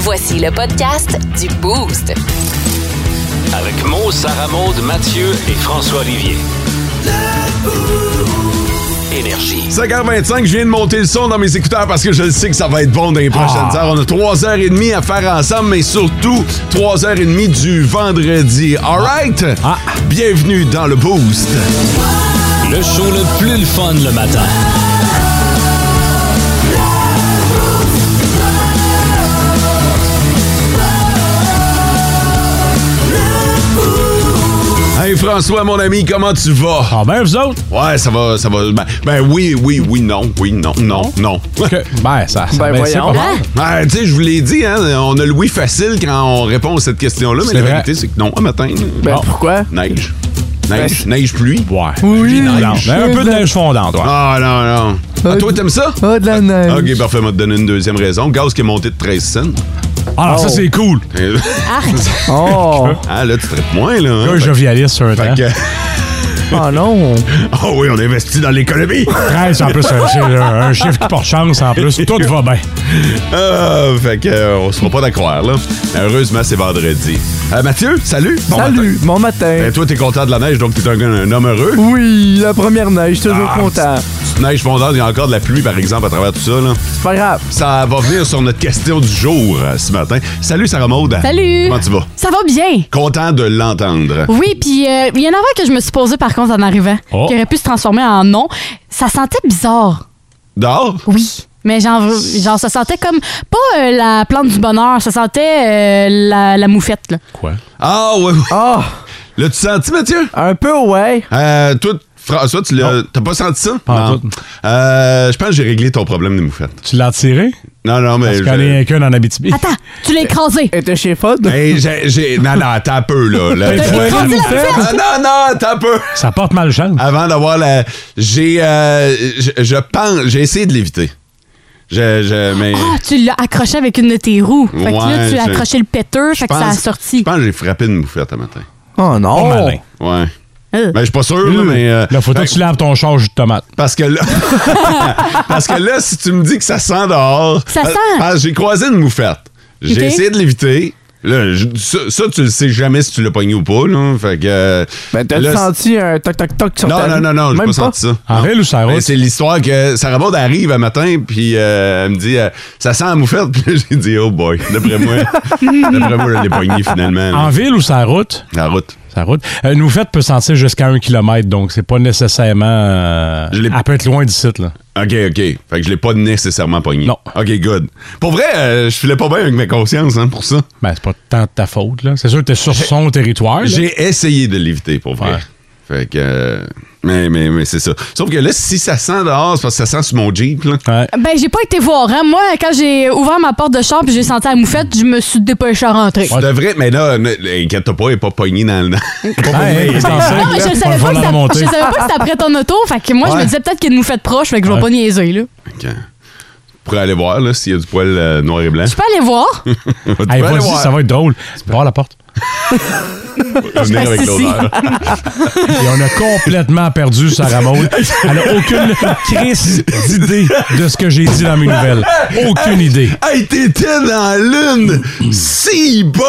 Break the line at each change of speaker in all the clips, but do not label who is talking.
Voici le podcast du Boost.
Avec Mo, Sarah Maud, Mathieu et François Olivier. Énergie.
5h25, je viens de monter le son dans mes écouteurs parce que je le sais que ça va être bon dans les prochaines heures. On a 3h30 à faire ensemble, mais surtout 3h30 du vendredi. All right? Bienvenue dans le Boost.
Le show le plus le fun le matin.
Hey François, mon ami, comment tu vas?
Ah ben, vous autres?
Ouais, ça va, ça va. Ben, ben oui, oui, oui, non, oui, non, non, non.
Que- Ben, ça, ça
Ben,
ben,
voyons.
c'est pas mal.
Ah, tu sais, je vous l'ai dit, hein, on a le oui facile quand on répond à cette question-là, mais
C'est
la
vrai.
vérité, c'est que non, un matin,
Ben
bon,
pourquoi?
neige. Neige, neige, pluie.
Ouais.
Oui.
Fondante. Ben, un peu de neige fondante, ouais.
Ah non, non. Ah, toi, t'aimes ça?
Ah, de la neige.
Ok, parfait, on va te donner une deuxième raison. Gaz qui est monté de 13 cents. Ah.
Alors, ça, c'est cool.
Euh,
Oh,
ah, là, tu traites moins, là. hein?
Un jovialiste sur un temps.
Fait que-
oh non.
oh oui, on investit dans l'économie.
13, en plus, un, chiffre- un chiffre qui porte chance, en plus. Tout va bien.
Ah, fait que, euh, on se fera pas d'accord, là. Heureusement, c'est vendredi. Euh, Mathieu, salut. Bon matin.
Salut, bon matin.
Ben, toi, t'es content de la neige, donc t'es un, gars- un homme heureux.
Oui, la première neige, toujours
Ah,
content.
Petite Neige fondante, il y a encore de la pluie, par exemple, à travers tout ça, là.
C'est pas grave.
Ça va venir sur notre question du jour euh, ce matin. Salut, Sarah Maud.
Salut!
Comment tu vas?
Ça va bien?
Content de l'entendre.
Oui, puis euh, il y en avait que je me suis posé par contre en arrivant,
Oh.
qui aurait pu se transformer en non. Ça sentait bizarre,
Dehors?
oui. Mais genre, genre ça sentait comme pas euh, la plante du bonheur, ça sentait euh, la, la moufette. Là.
Quoi?
Ah, ouais, ouais.
Ah,
L'as-tu senti, Mathieu?
un peu, ouais.
Euh, toi, François, tu l'as. T'as pas senti ça?
Pas en tout.
Euh, je pense que j'ai réglé ton problème des moufettes.
Tu l'as tiré?
Non, non, mais.
Parce qu'on est qu'un en Abitibi.
Attends, tu l'as écrasé.
Elle était chez Fod.
Hey, j'ai, j'ai- Non, non, attends un peu, là. là.
T'as écrasé la
Ah, non, non, attends un peu.
Ça porte mal chance.
Avant d'avoir la. J'ai. euh, je, je pense. J'ai essayé de l'éviter. Je. je mais.
Ah, tu l'as accroché avec une de tes roues. Fait que
Ouais,
là, tu as
j'ai-
accroché le péteur,
je
fait que ça a
pense- Je
sorti.
pense que j'ai frappé une moufette un matin.
Oh
Pas
non.
malin.
Ouais.
Euh.
Mais je suis pas sûr,
Mmh.
là, mais. euh,
Là, faut que
fait-
tu laves ton char jus de tomate.
Parce que là, parce que là, si tu me dis que ça sent dehors,
Ça
Ah,
sent.
ah, j'ai croisé une moufette. J'ai
Ok.
essayé de l'éviter. Là, je- ça, ça, tu le sais jamais si tu l'as pogné ou pas, là. Fait que. euh,
Ben, t'as
là,
senti un toc-toc-toc sur
Non,
ta
non, non, non, j'ai pas,
Même
senti ça.
En
Non.
ville Ah, ou sur la
Mais
route?
C'est l'histoire que Sarah Baud arrive un matin, puis euh, elle me dit euh, Ça sent la moufette. Puis là, j'ai dit Oh boy, d'après moi, d'après moi, je l'ai pogné finalement. là.
En ville ou sur la route?
La route.
Sur la route. Euh, Une moufette peut sentir jusqu'à un kilomètre, donc c'est pas nécessairement. euh,
Je l'ai-
elle peut être loin d'ici, là.
OK, OK. Fait que je l'ai pas nécessairement pogné.
Non.
OK, good. Pour vrai, euh, je filais pas bien avec ma conscience hein, pour ça.
Ben, c'est pas tant de ta faute, là. C'est sûr que t'es sur son territoire. là.
J'ai essayé de l'éviter pour vrai.
Ouais.
Fait que. euh, Mais, mais, mais c'est ça. Sauf que là, si ça sent dehors, c'est parce que ça sent sur mon Jeep, là.
Ouais.
Ben, j'ai pas été voir. hein. Moi, quand j'ai ouvert ma porte de chambre et j'ai senti la moufette, je me suis dépêchée à rentrer.
Tu devrais, mais là, ne- inquiète-toi pas, il n'est pas pogné dans le. pas
Hey,
pogné.
Ben, hey, t'en sais,
Non, mais
là,
je le
on
savais
va
pas, que
la
c'était-
remonter.
je savais pas que c'était après ton auto. Fait que moi, je
Ouais.
me disais peut-être qu'il y a une moufette proche, fait que je vais
Ouais.
pas niaiser, là.
Fait que, euh, Tu pourrais aller voir, là, s'il y a du poil euh, noir et blanc.
Je peux aller voir.
Tu peux aller
Hey, vas-y,
voir.
ça va être drôle. Barre la porte.
Venir
passe
Ah,
avec
ici.
l'odeur.
Et on a complètement perdu Sarah Maud. Elle a aucune crise d'idée de ce que j'ai dit dans mes nouvelles. Aucune idée.
Hey, t'étais dans la lune! Si bol!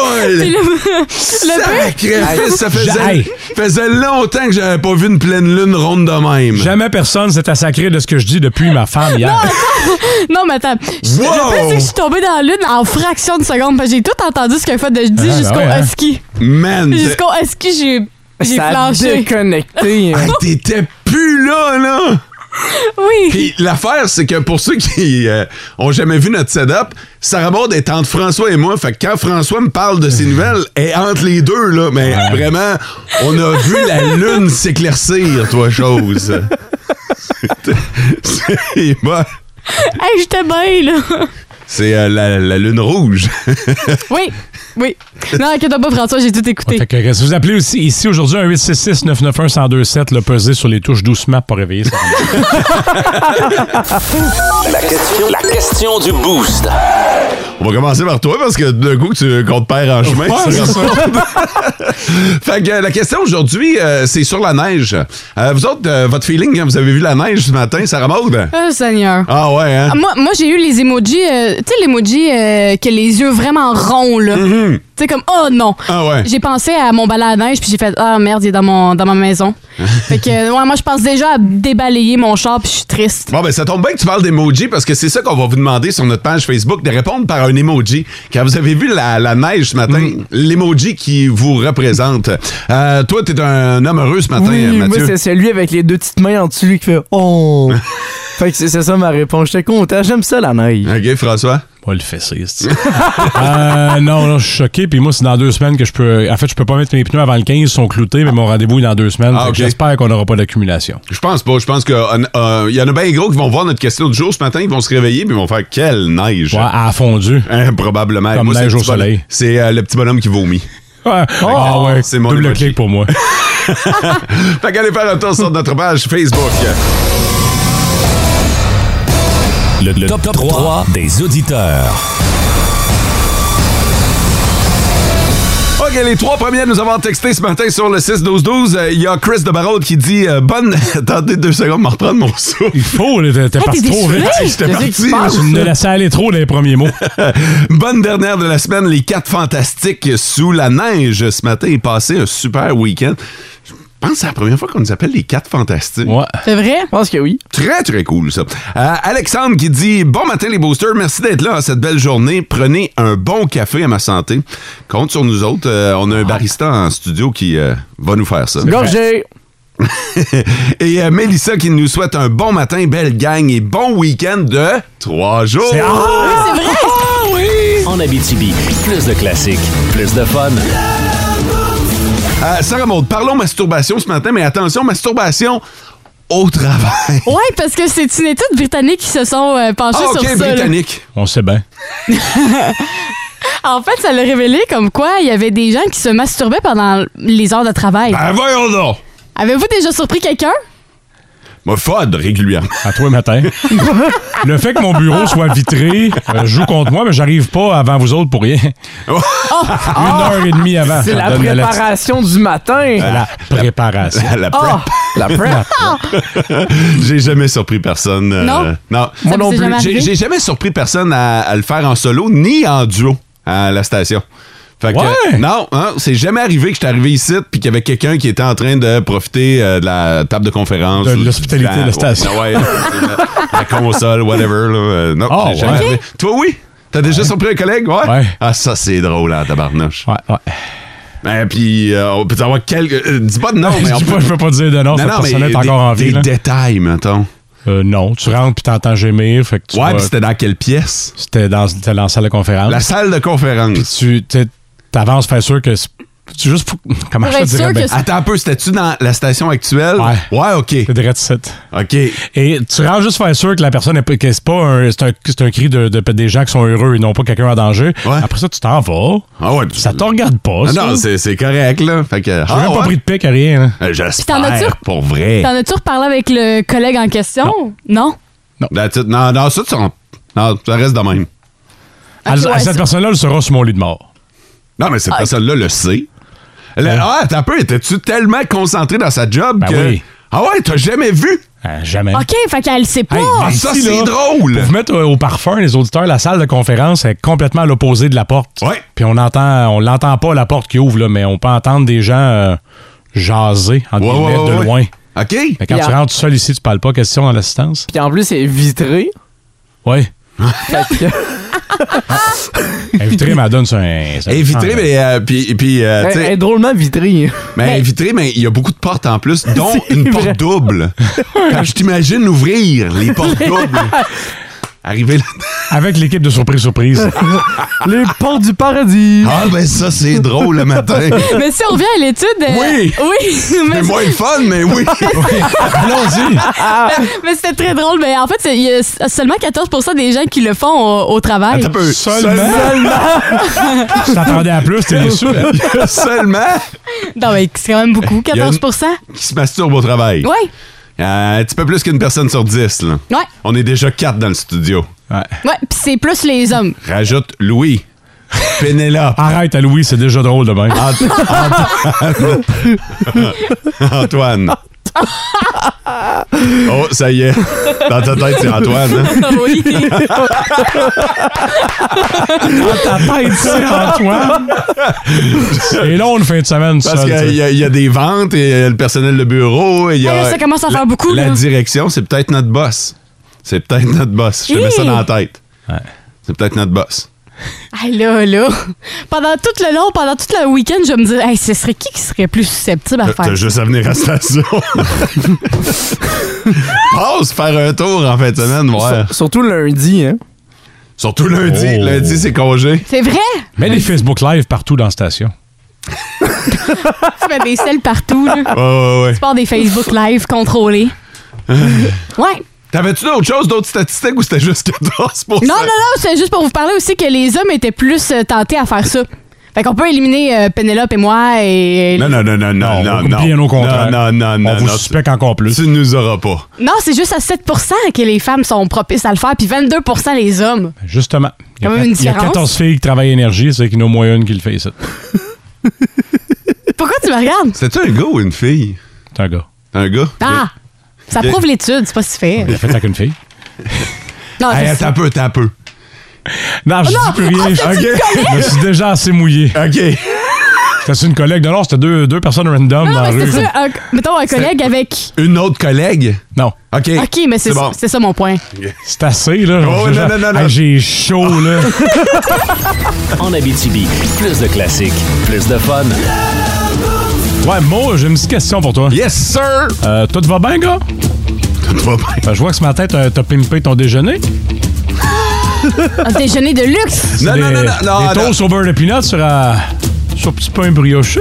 Sacrifice! Ça faisait,
Hey.
faisait longtemps que j'avais pas vu une pleine lune ronde de même.
Jamais personne s'est assacré de ce que je dis depuis ma femme hier.
Non, mais attends. Je-
Wow!
Le plus, c'est que je suis tombée dans la lune en fraction de seconde. parce que j'ai tout entendu ce qu'un fait de je dis
Ah,
jusqu'au
ouais, hein.
husky.
Man!
Jusqu'au husky, j'ai. J'ai
Ça a
flanché.
déconnecté.
Hey, t'étais plus là, là!
Oui.
Puis l'affaire, c'est que pour ceux qui euh, ont jamais vu notre setup, Sarah Maud est entre François et moi. Fait que quand François me parle de ses nouvelles, elle est entre les deux, là. Mais vraiment, on a vu la lune s'éclaircir, toi, chose. C'était- C'est bon.
Hey, j'étais bien, là.
C'est euh, la, la lune rouge.
Oui. Oui. Non, inquiète pas, François, j'ai tout
Fait
écouté.
que, euh, si vous appelez aussi ici aujourd'hui un 866 991 1027 le peser sur les touches doucement pour réveiller Sarah Maud.
La question, la question du boost.
On va commencer par toi parce que d'un coup, tu, qu'on te perd en chemin.
Ouais, c'est ça.
Fait que euh, la question aujourd'hui, euh, c'est sur la neige. Euh, vous autres, euh, votre feeling quand vous avez vu la neige ce matin, Sarah Maud?
Oh, Seigneur.
Ah ouais, hein?
Ah, Moi, moi j'ai eu les emojis, euh, tu sais, l'emoji euh, qui a les yeux vraiment ronds, là. Tu sais, comme, oh non.
Ah ouais.
J'ai pensé à mon balai à neige, puis j'ai fait, ah merde, il est dans, mon, dans ma maison. fait que, euh, ouais, moi, je pense déjà à débalayer mon char, puis je suis triste.
Bon, ben, ça tombe bien que tu parles d'emoji parce que c'est ça qu'on va vous demander sur notre page Facebook de répondre par un emoji. Quand vous avez vu la, la neige ce matin, l'emoji qui vous représente. Euh, toi, t'es un homme heureux ce matin,
Oui, moi,
Mathieu.
c'est celui avec les deux petites mains en dessous lui qui fait Oh! fait que c'est c'est ça ma réponse. J'étais content. J'aime ça, la neige.
OK, François?
Pas le fessé, c'est-tu. euh, non, non, je suis choqué. Puis moi, c'est dans deux semaines que je peux. En fait, je peux pas mettre mes pneus avant le 15. Ils sont cloutés, mais mon rendez-vous est dans deux semaines.
Ah,
Fait que
ok.
J'espère qu'on n'aura pas d'accumulation.
Je pense pas. Je pense qu'il y en a bien gros qui vont voir notre question du jour ce matin. Ils vont se réveiller puis ils vont faire « Quelle neige!
Ouais, à fondu.
Hein, probablement.
Comme
c'est
neige
le
au
petit bonhomme-
soleil.
C'est euh, le petit bonhomme qui vomit.
Ah, ouais,
c'est mon
double
emoji.
clic pour moi.
Fait qu'allez faire un tour sur notre page Facebook.
Le, top, 3, des auditeurs.
OK, les trois premiers à nous avoir texté ce matin sur le 6-12-12, euh, il y a Chris de Barraud qui dit euh, Bonne... Attendez deux secondes, me reprendre mon souffle.
Il faut, là, t'es t'es
Hey,
parti
t'es
trop
déçu,
vite.
hein?
J'étais
Qu'est-ce qui
parti.
se passe?
Tu me laissais aller trop dans les premiers mots.
Bonne dernière de la semaine, les quatre fantastiques sous la neige. Ce matin, est passé un super week-end. Je pense que c'est la première fois qu'on nous appelle les quatre fantastiques.
Ouais.
C'est vrai?
Je pense que oui.
Très, très cool, ça. Euh, Alexandre qui dit Bon matin, les boosters. Merci d'être là en cette belle journée. Prenez un bon café à ma santé. Compte sur nous autres. Euh, on a un barista en studio qui euh, va nous faire ça.
Gorgé!
Et euh, Mélissa qui nous souhaite un bon matin, belle gang et bon week-end de trois jours.
En Abitibi, plus de classiques, plus de fun.
Euh, Sarah Maud, parlons masturbation ce matin, mais attention, masturbation au travail.
Ouais, parce que c'est une étude britannique qui se sont euh, penchés
Ah, ok,
sur ça. là.
britannique.
On sait bien.
En fait, ça l'a révélé comme quoi il y avait des gens qui se masturbaient pendant les heures de travail.
Ben voyons donc.
Avez-vous déjà surpris quelqu'un?
Moi, fod régulièrement.
À toi, matin. le fait que mon bureau soit vitré euh, joue contre moi, mais j'arrive pas avant vous autres pour rien. Une heure et demie avant.
C'est
Ça
la
donne le-
préparation du matin.
La préparation.
À la Euh, prep.
Ah! La prep.
J'ai jamais surpris personne. euh,
Non?
Non.
Moi vous non est plus. jamais
J'ai
arrivé?
j'ai jamais surpris personne à, à le faire en solo ni en duo à la station. Fait que,
Ouais.
euh, non, hein, c'est jamais arrivé que je suis arrivé ici puis qu'il y avait quelqu'un qui était en train de profiter euh, de la table de conférence.
De
ou du
l'hospitalité
plan,
de la station.
Ouais, ouais, la, la console, whatever. là, euh, non,
Oh,
c'est jamais
ouais.
arrivé. Toi, oui? T'as déjà surpris un collègue? Ouais.
Ouais.
Ah, ça, c'est drôle, hein, tabarnouche.
Ouais, ouais.
Ben, puis, euh, on peut avoir quelques. euh, dis pas de nom, mais on
je,
peut.
peux, je peux pas dire de non,
Non,
cette
non, mais
personne est encore en
des-
vie.
des
là.
détails, mettons.
Euh, non, tu rentres puis t'entends gémir. Fait que tu
Ouais,
vas- Ah.
puis c'était dans quelle pièce?
c'était dans, c'était dans la salle de conférence.
La salle de conférence.
Tu t'es- t'avances, fais sûr que. c'est- Tu juste pour- Comment
Pour
je te
être sûr
dirais? ben, bien?
que c'est-
Attends un peu, c'était-tu dans la station actuelle?
Ouais.
Ouais, OK.
C'est direct site.
OK.
Et tu rentres juste faire sûr que la personne est pas- que c'est pas un, c'est un, c'est un cri de, de- des gens qui sont heureux et non pas quelqu'un en danger.
Ouais.
Après ça, tu t'en vas.
Ah ouais, tu-
Ça te regarde pas.
Ah
ça.
non, c'est c'est correct, là. Fait que. ah Euh,
J'ai même pas pris de pic à rien. hein.
Puis t'en as-tu-
J'espère, pour vrai.
T'en as-tu reparlé avec le collègue en question? Non?
That's it. Non, non, ça, tu en- Non, ça reste de même. Ah,
À-
Ok, ouais,
à cette
ça-
personne-là, elle sera sur mon lit de mort.
Non, mais cette
Ah,
personne-là le sait. Elle-
Ouais.
Ah, t'as peu, étais-tu tellement concentré dans sa job
Ben
que.
oui.
Ah ouais, t'as jamais vu?
Ah, jamais.
OK, fait qu'elle le sait pas.
Hey,
Ah,
mais
ça,
ici,
c'est
là,
drôle!
Pour vous mettre euh, au parfum, les auditeurs, la salle de conférence est complètement à l'opposé de la porte.
Ouais.
Puis on entend, on l'entend pas la porte qui ouvre, là, mais on peut entendre des gens euh, jaser entre
Ouais, ouais,
guillemets,
ouais,
de
ouais.
loin.
OK?
Mais quand
Yeah.
tu rentres tout seul ici, tu parles pas question dans l'assistance.
Puis en plus, c'est vitré.
Oui.
Fait que-
Ah,
Invité, mais elle donne sur un. sur un-
Invité,
Ah, Ben,
mais. euh, puis, puis, euh, tu
Elle
sais,
elle est drôlement vitré.
Mais invité, mais il y a beaucoup de portes en plus, dont
C'est
une
vrai.
porte double. Quand je t'imagine ouvrir les portes doubles, arriver là
Avec l'équipe de Surprise Surprise.
Les portes du paradis.
Ah, ben ça, c'est drôle le matin.
Mais si on revient à l'étude. euh,
Oui.
Oui!
C'est
mais
moins le fun, mais oui.
Allons-y.
mais c'était très drôle. Mais en fait, c'est- il y a s- seulement 14 des gens qui le font au, au travail.
Attends un peu.
Seulement.
Seulement.
Tu t'attendais à plus, t'es déçu.
Seulement
Non, mais c'est quand même beaucoup, 14
qui se masturbe au travail.
Oui.
Euh, un petit peu plus qu'une personne sur dix, là.
Ouais.
On est déjà quatre dans le studio.
Ouais, puis c'est plus les hommes.
Rajoute Louis. Pénélope.
Arrête à Louis, c'est déjà drôle de même. Ah,
Ant- Ant- Antoine. Oh, ça y est. Dans ta tête, c'est Antoine. hein?
oui.
ta tête, c'est
Ah.
Antoine. C'est long une fin de semaine
Parce
seul,
qu'il
tu
y, a- il y a des ventes, et euh, le personnel de bureau, et il y a
Ah, ça commence à faire beaucoup,
la
là.
direction, c'est peut-être notre boss. C'est peut-être notre boss. Je te mets ça dans la tête.
Ouais.
C'est peut-être notre boss.
Ah, là, là. Pendant tout le long, pendant tout le week-end, je me disais, hey, ce serait qui qui serait plus susceptible à
T'as- T'as
faire
juste à venir à la station. Passe faire un tour en fin de semaine, ouais.
Sur- Surtout lundi, hein.
Surtout lundi.
Oh.
Lundi, c'est congé.
C'est vrai?
Mets des Facebook Live partout dans la station.
Tu mets des selles partout, là.
Ouais, ouais, ouais.
Tu pars des Facebook Live contrôlés.
Ah.
Ouais.
T'avais-tu d'autres choses, d'autres statistiques ou c'était juste 14
Non, non, non, c'est juste pour vous parler aussi que les hommes étaient plus euh, tentés à faire ça. Fait qu'on peut éliminer euh, Pénélope et moi et.
Non, non, non, non, non, non, non.
Bien au contraire.
Non, non, non,
On
non.
vous
non.
suspecte encore plus.
Tu nous auras pas.
Non, c'est juste à 7 que les femmes sont propices à le faire, puis 22 les hommes.
Justement. Il y a
Quand même
quat-
une
il y a
différence.
14 filles qui travaillent énergie, c'est qu'il y en a au moins une qui le fait ici.
Pourquoi tu me regardes?
C'était un gars ou une fille?
C'est un gars.
Un gars?
Ah! Ça prouve l'étude, c'est pas si fait.
Il l'a fait avec une fille.
Non,
Hey,
je
attends un peu, attends un peu.
Non, je dis plus rien. Je me suis déjà assez mouillé.
OK.
C'était une collègue. Non, non, c'était deux, deux personnes random dans
Non,
la
mais
rue.
c'est ça, un- mettons un collègue avec.
Une autre collègue?
Non.
OK.
Ok, mais c'est
bon.
c'est ça mon point.
C'est assez, là.
Oh,
J'ai-
non, non, non, non.
Hey, J'ai chaud, là.
En Abitibi, plus de classiques, plus de fun.
Ouais, Mo, j'ai une petite question pour toi.
Yes, sir!
Euh, tout va bien, gars?
Tout va bien.
Ben, je vois que ce matin, t'as t'as pimpé ton déjeuner.
Un déjeuner de luxe!
Non,
Des-
non, non, non, non,
Des
non.
toasts au beurre de peanuts sur, euh, sur petit pain brioché.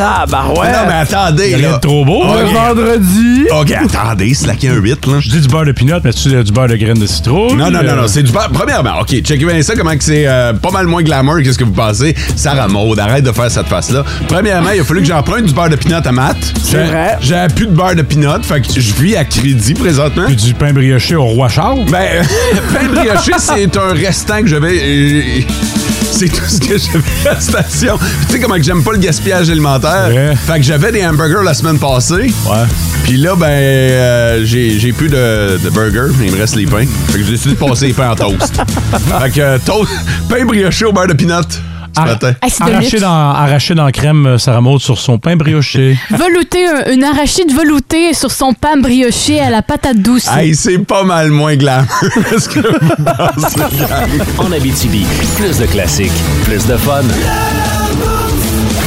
Ah, bah ouais.
Non, mais attendez,
Rien de
là.
trop beau.
Le
là.
vendredi.
OK, attendez, slacker un 8, là.
Je dis du beurre de peanut, mais tu du beurre de graines de citrouille?
Non, non, non,
Euh,
non, c'est du beurre. Premièrement, OK, checkez bien ça, comment que c'est euh, pas mal moins glamour que ce que vous pensez. Sarah Maud, arrête de faire cette face-là. Premièrement, il a fallu que j'emprunte du beurre de pinot à Matt. J'ai-
vrai.
J'ai plus de beurre de pinot, fait que je vis à crédit présentement.
Puis du pain brioché au roi Charles.
Ben, pain brioché, c'est un restant que j'avais. euh, C'est tout ce que j'avais à la station. Puis Tu sais comment que j'aime pas le gaspillage alimentaire.
Ouais.
Fait que j'avais des hamburgers la semaine passée.
Ouais.
Puis là, ben, euh, j'ai j'ai plus de, de burgers, mais il me reste les pains. Fait que j'ai décidé de passer les pains en toast. fait que euh, toast, pain brioché au beurre de pinot ce
Ar-
matin.
Ah, c'est de
Arraché
luxe.
dans, arraché dans la crème euh, Sarah Maud sur son pain brioché.
Velouté, un- une arachide veloutée sur son pain brioché à la patate douce.
Hey, c'est pas mal moins glamour que ce que vous pensez.
En Abitibi, plus de classiques, plus de fun.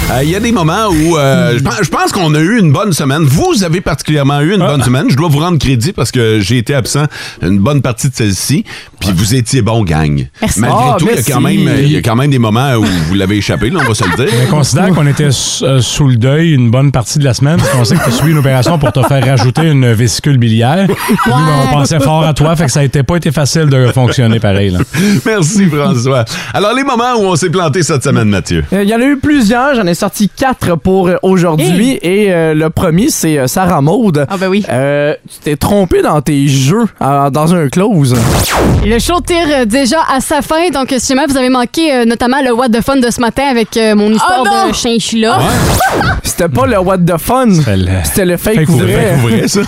Euh, Il y a des moments où
Hmm.
euh, je pense- je pense qu'on a eu une bonne semaine. Vous avez particulièrement eu une
Ah.
bonne semaine. Je dois vous rendre crédit parce que j'ai été absent une bonne partie de celle-ci. Puis vous étiez bon, gang.
Merci.
Malgré
Ah,
tout, il y, a
merci.
quand même, il y a quand même des moments où vous l'avez échappé, là, on va se le
Mais
dire.
considère qu'on était s- euh, sous le deuil une bonne partie de la semaine, parce qu'on sait que tu as subi une opération pour te faire rajouter une vésicule biliaire. Nous, ben, on pensait fort à toi, fait que ça n'a pas été facile de fonctionner pareil. là.
Merci, François. Alors, les moments où on s'est planté cette semaine, Mathieu.
Euh, Il y en a eu plusieurs, j'en ai sorti quatre pour euh, aujourd'hui et euh, le premier c'est euh, Sarah Maude.
Ah ben oui.
Euh, tu t'es trompé dans tes jeux euh, dans un close.
Le show tire euh, déjà à sa fin, donc euh, si jamais vous avez manqué euh, notamment le What the Fun de ce matin avec euh, mon histoire de
Ah
chinchilla.
C'était pas le what the fun.
C'était le-
C'était le fake,
fake ou
ou
vrai.
vrai.
Vous verrez ça.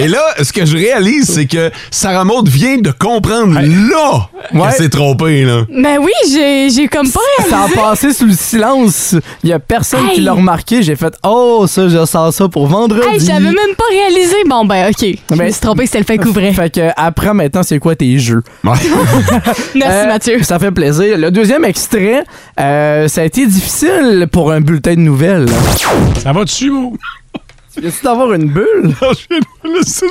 Et là, ce que je réalise, c'est que Sarah Maud vient de comprendre là
Ouais.
qu'elle s'est trompée. Là.
Ben oui, j'ai j'ai comme pas
Ça a passé sous le silence. Il y a personne
Hey.
qui l'a remarqué. J'ai fait Oh, ça, je sors ça pour vendredi.
Hey, j'avais même pas réalisé. Bon, ben, OK. Je me
Ben-
suis trompée, c'était le fake ou vrai.
Fait que après maintenant, c'est quoi tes jeux?
Merci,
Euh,
Mathieu.
Ça fait plaisir. Le deuxième extrait, euh, ça a été difficile pour un bulletin de nouvelles.
Ça va dessus, Mo?
Tu viens-tu d'avoir une bulle?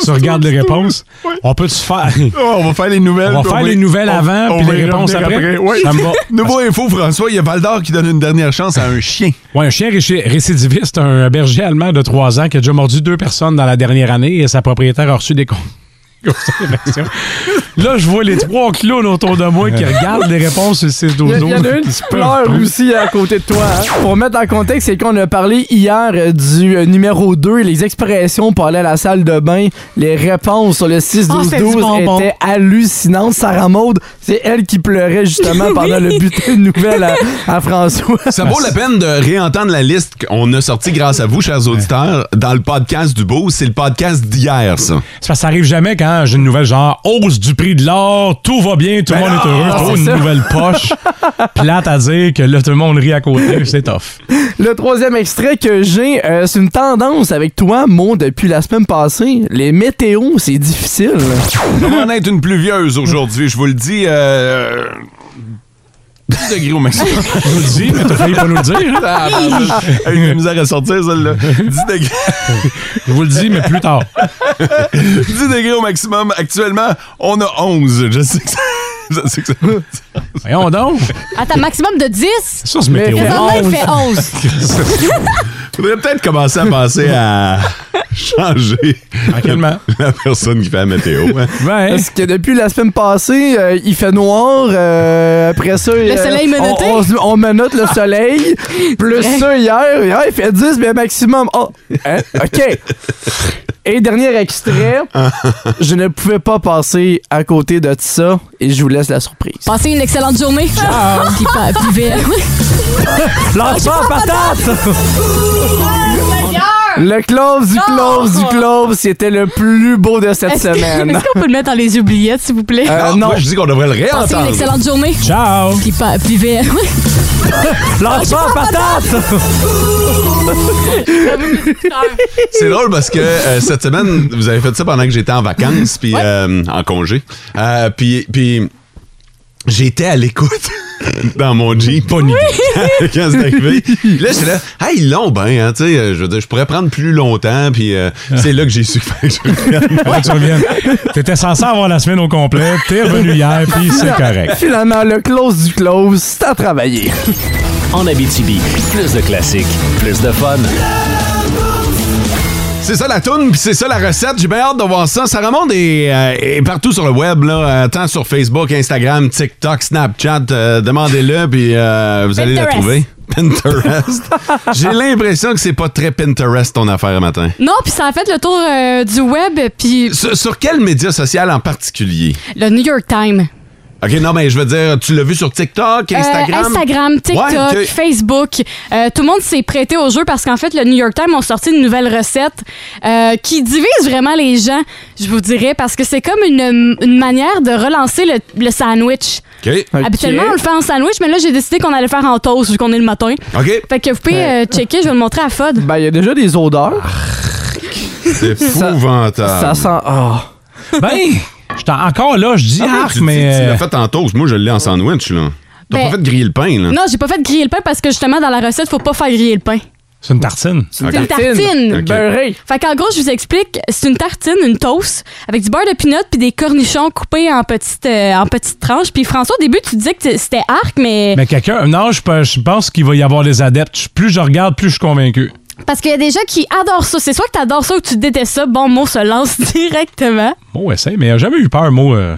Tu regardes les réponses. On peut se faire.
Oh, on va faire les nouvelles.
On va
puis
faire
y-
les nouvelles
on-
avant,
on
puis
va
les
y
réponses
revenir
après.
Ouais.
Ça me va.
Nouveau info, François, il y a Valdor qui donne une dernière chance à un chien.
Ouais, un chien réci- récidiviste, un berger allemand de 3 ans qui a déjà mordu deux personnes dans la dernière année et sa propriétaire a reçu des con- circonscription. Là, je vois les trois clowns autour de moi qui regardent les réponses sur 6
Il y,
12
en a une qui pleure aussi à côté de toi. hein. Pour mettre en contexte, c'est qu'on a parlé hier euh, du euh, numéro 2, les expressions pour aller à la salle de bain, les réponses sur le 6-12-12
Ah, c'est du bonbon.
étaient hallucinantes. Sarah Maud, c'est elle qui pleurait justement pendant le butin de nouvelles à, à François.
Ça vaut la peine de réentendre la liste qu'on a sortie grâce à vous, chers auditeurs, dans le podcast du Beau. C'est le podcast d'hier, ça.
C'est parce que ça arrive jamais quand j'ai une nouvelle genre hausse du prix de l'or, tout va bien, tout le
Ben
monde est
non,
heureux, je
c'est
trouve une
ça.
nouvelle poche. Plate à dire que là, tout le monde rit à côté, c'est tough.
Le troisième extrait que j'ai, euh, c'est une tendance avec toi, Maud, depuis la semaine passée. Les météos, c'est difficile.
Comment en être une pluvieuse aujourd'hui, je vous le dis. Euh... 10 degrés au maximum.
Je vous le dis, mais t'as failli pas nous le dire. hein?
Ah, pardon. Elle a eu de la misère à sortir, celle-là. 10 degrés.
Je vous le dis, mais plus tard.
10 degrés au maximum. Actuellement, on a 11. Je sais que ça. Je sais que ça.
Voyons donc.
Attends, maximum de 10?
Ça, c'est
Mais
météo.
fais-
Présentement, il
onze.
fait 11.
Faudrait peut-être commencer à penser à changer
Tranquillement.
la personne qui fait la météo. hein.
Ouais.
Parce que depuis la semaine passée, euh, il fait noir. euh, après ça, le
soleil menotté. Ah.
On, on se- on menote le soleil. plus ça, hier, hier, il fait 10, mais maximum. Oh, hein? OK. Et dernier extrait. je ne pouvais pas passer à côté de ça et je vous laisse la surprise.
Passez une excellente journée. Puis pa- puis vite.
Lance pas en patate! Le close du close du close, c'était le plus beau de cette
Est-ce que-
semaine.
est-ce qu'on peut le mettre dans les oubliettes, s'il vous plaît?
Euh, non,
Moi, je dis qu'on devrait le
Passez une
réentendre.
excellente journée.
Ciao.
Puis pa- puis vite.
lance
Ah,
pas en patate!
C'est drôle parce que euh, cette semaine, vous avez fait ça pendant que j'étais en vacances, puis euh, en congé. Euh, puis, puis j'étais à l'écoute dans mon Jeep. Pas Quand c'est arrivé. Puis Là, j'étais là, hey, ils l'ont bien, hein, tu sais, euh, je veux dire, je pourrais prendre plus longtemps, puis euh, c'est là que j'ai su faire que je revienne.
Faut que tu reviennes. T'étais censé avoir la semaine au complet, t'es revenu hier, puis c'est correct.
Finalement, le close du close, c'est à travailler.
En Abitibi, plus de classiques, plus de fun.
C'est ça la toune, puis c'est ça la recette. J'ai bien hâte de voir ça. Ça remonte et, euh, et partout sur le web, là, euh, tant sur Facebook, Instagram, TikTok, Snapchat. euh, Demandez-le, puis euh, vous allez la
Pinterest.
trouver. Pinterest. J'ai l'impression que c'est pas très Pinterest ton affaire le matin.
Non, puis ça a fait le tour euh, du web, puis
Sur, sur quel média social en particulier?
le New York Times.
OK, non, mais je veux dire, tu l'as vu sur TikTok,
Euh,
Instagram?
TikTok,
Ouais, ok.
Facebook. Euh, tout le monde s'est prêté au jeu parce qu'en fait, le New York Times ont sorti une nouvelle recette euh, qui divise vraiment les gens, je vous dirais, parce que c'est comme une, une manière de relancer le, le sandwich.
OK.
Ok.
Habituellement, on le fait en sandwich, mais là, j'ai décidé qu'on allait le faire en toast vu qu'on est le matin.
OK.
Fait que vous pouvez euh, checker, je vais le montrer à Fod.
Ben, il y a déjà des odeurs.
C'est épouvantable.
Ça sent. ah.
Ben, j'étais encore là, je dis
Ah,
arc,
tu, tu- Tu,
mais. euh,
l'as fait en toast. Moi, je l'ai en sandwich, là. T'as
euh, Ben-
pas fait griller le pain, là.
Non, j'ai pas fait griller le pain parce que justement, dans la recette, faut pas faire griller le pain.
C'est une tartine.
Ok.
C'est une tartine.
Ok.
Beurré.
Fait qu'en gros, je vous explique, c'est une tartine, une toast, avec du beurre de pinot puis des cornichons coupés en petites, euh, en petites tranches. Puis François, au début, tu disais que t- c'était arc, mais,
Mais quelqu'un. Non, je pe- je pense qu'il va y avoir des adeptes. Plus je regarde, plus je suis convaincu.
parce qu'il y a des gens qui adorent ça. C'est soit que t'adores ça ou que tu détestes ça. Bon, mot se lance directement.
Bon, essaye, mais euh, jamais eu peur, moi, euh,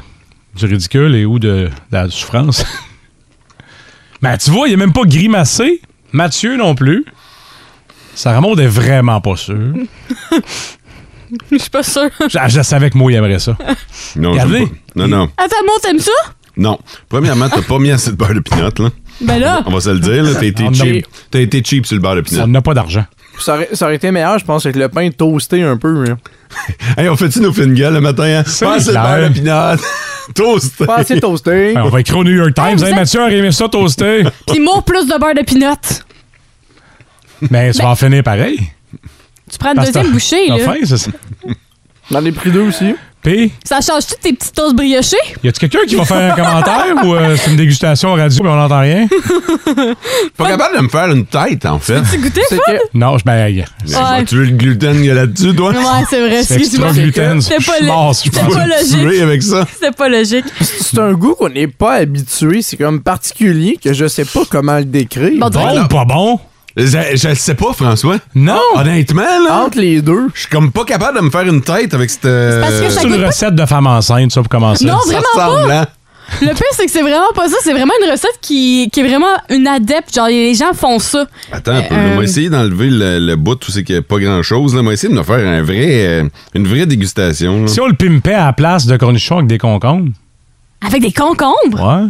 du ridicule et ou de, de la souffrance. mais tu vois, il n'est même pas grimacé. Mathieu non plus. Sarah Maud est vraiment pas sûre.
Je suis pas sûre.
Je, je savais que moi, il aimerait ça.
Non, j'aime
Regardez.
pas. non, non.
Attends, Mo, t'aimes ça?
Non. Premièrement, t'as pas mis assez de beurre de pinot, là.
Ben là,
On va se le dire, là. T'as été,
Ah, non.
cheap. T'as été cheap sur le beurre de
On
pinot.
n'a pas d'argent.
Ça aurait, ça aurait été meilleur, je pense, avec le pain toasté un peu. hein.
Hey, on fait-tu nos fines gueules le matin, hein? Pas assez de
clair.
beurre de pinot. Toast.
Pas assez toasté.
Ouais, on va écrire au New York
Hey,
Times.
vous
Hey,
êtes-
Mathieu aurait aimé ça toaster.
pis Mo, plus de beurre de pinot.
mais tu vas en finir pareil.
Tu prends une
Parce que
deuxième
t'as-
bouchée,
t'as
là.
faim, c'est ça.
J'en ai pris deux aussi.
Puis,
Ça change toutes tes petites toasts briochées?
y a-tu quelqu'un qui va faire un commentaire ou euh, c'est une dégustation radio mais on n'entend rien?
Pas capable de me faire une tête, en fait.
Tu goûtais?
C'est que.
Non, je ben, hey,
Ouais.
Tu veux le gluten qu'il y a là-dessus, toi?
Ouais, c'est vrai.
c'est extra
Excuse-moi.
gluten.
C'était
Je
pas
suis
le-
mort, je
c'était
pense.
pas logique.
Tuer avec ça.
C'était pas logique.
C'est un goût qu'on n'est pas habitué. C'est comme particulier que je sais pas comment le décrire.
Bon,
Bon ou pas bon?
Je, je le sais pas, François.
Non!
Honnêtement, là,
Entre les deux.
je suis comme pas capable de me faire une tête avec cette. euh,
parce que ça
C'est
goûte
une
pas-
recette de femme enceinte, ça, pour commencer.
Non,
ça
vraiment
ressemble,
pas.
hein?
Le pire, c'est que c'est vraiment pas ça. C'est vraiment une recette qui, qui est vraiment une adepte. Genre, les gens font ça.
Attends un peu,
Euh,
là, on va essayer d'enlever le, le bout où c'est qu'il n'y a pas grand-chose. là. On va essayer de me faire un vrai, euh, une vraie dégustation. là.
Si on le pimpait à la place de cornichons avec des concombres,
Avec des concombres?
ouais,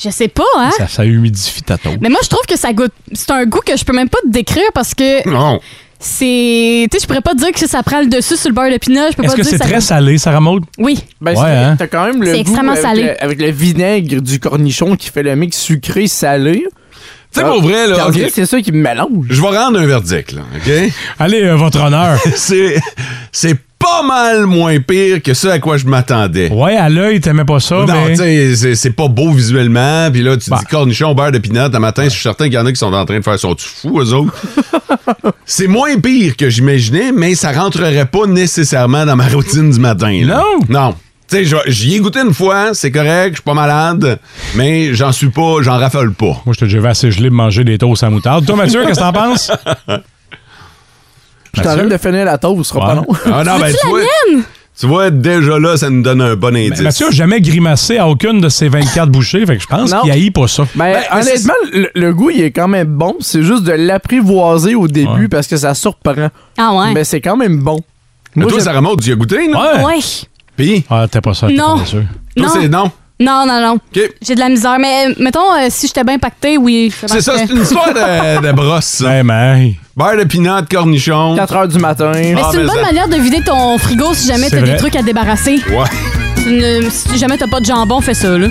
Je sais pas, hein?
ça, ça humidifie ta taupe.
Mais moi, je trouve que ça goûte. C'est un goût que je peux même pas te décrire parce que
Non,
c'est. Tu sais, je pourrais pas te dire que ça prend le dessus sur le beurre de pinot. Je peux
Est-ce
pas
que
dire
c'est
ça-
très salé, Sarah Maud?
Oui.
Ben,
Ouais,
c'est-
hein.
t'as quand même le
C'est
goût
extrêmement
avec,
salé.
Le, avec le vinaigre du cornichon qui fait le mix sucré-salé.
tu sais, pour vrai,
Puis
là,
on
OK?
dirait que C'est ça qui me mélange.
Je vais rendre un verdict, là, OK?
Allez, euh, votre honneur.
c'est, c'est pas mal moins pire que ce à quoi je m'attendais.
Ouais, à l'œil, t'aimais pas ça,
non,
mais...
tu sais, c'est, c'est pas beau visuellement. Puis là, tu
Bah.
dis cornichon, beurre de pinot. Un matin, je suis certain qu'il y en a qui sont en train de faire son tu fou, eux autres. c'est moins pire que j'imaginais, mais ça rentrerait pas nécessairement dans ma routine du matin. là.
Non?
Non. Tu sais, je- j'y ai goûté une fois, c'est correct, je suis pas malade, mais j'en suis pas, j'en raffole pas.
Moi, je te déjà vu assez gelé de manger des toasts à moutarde. Toi, Mathieu, qu'est-ce que t'en penses?
Je t'arrête de finir la toast, ce sera pas
Ouais.
long.
Ah non, ben, tu, vois, tu vois, déjà là, ça nous donne un bon indice.
Ben, Mathieu a jamais grimacé à aucune de ses 24 bouchées, fait que je pense
Non.
qu'il haït pas ça.
Mais
Ben, mais
honnêtement, le, le goût, il est quand même bon. C'est juste de l'apprivoiser au début
Ouais.
parce que ça surprend.
Ah ouais.
Mais c'est quand même bon.
Mais
Moi,
toi,
j'aime-
ça remonte, tu y as goûté, non?
Ouais.
Ouais.
Puis,
Ah, t'es pas ça, t'es
Non.
pas sûr.
toi,
Non.
c'est non.
Non, non, non.
OK.
J'ai de la misère. Mais euh, mettons, euh, si j'étais bien pacté, oui. je
C'est ça,
mangerais.
c'est une histoire de, de brosse. ça.
Ouais, mais...
Beurre de pinot, cornichon.
4 heures du matin.
Mais
Ah,
c'est une
mais
bonne
ça-
manière de vider ton frigo si jamais
C'est
t'as des
vrai.
trucs à débarrasser.
Ouais,
Tu ne- si jamais t'as pas de jambon, fais ça, là.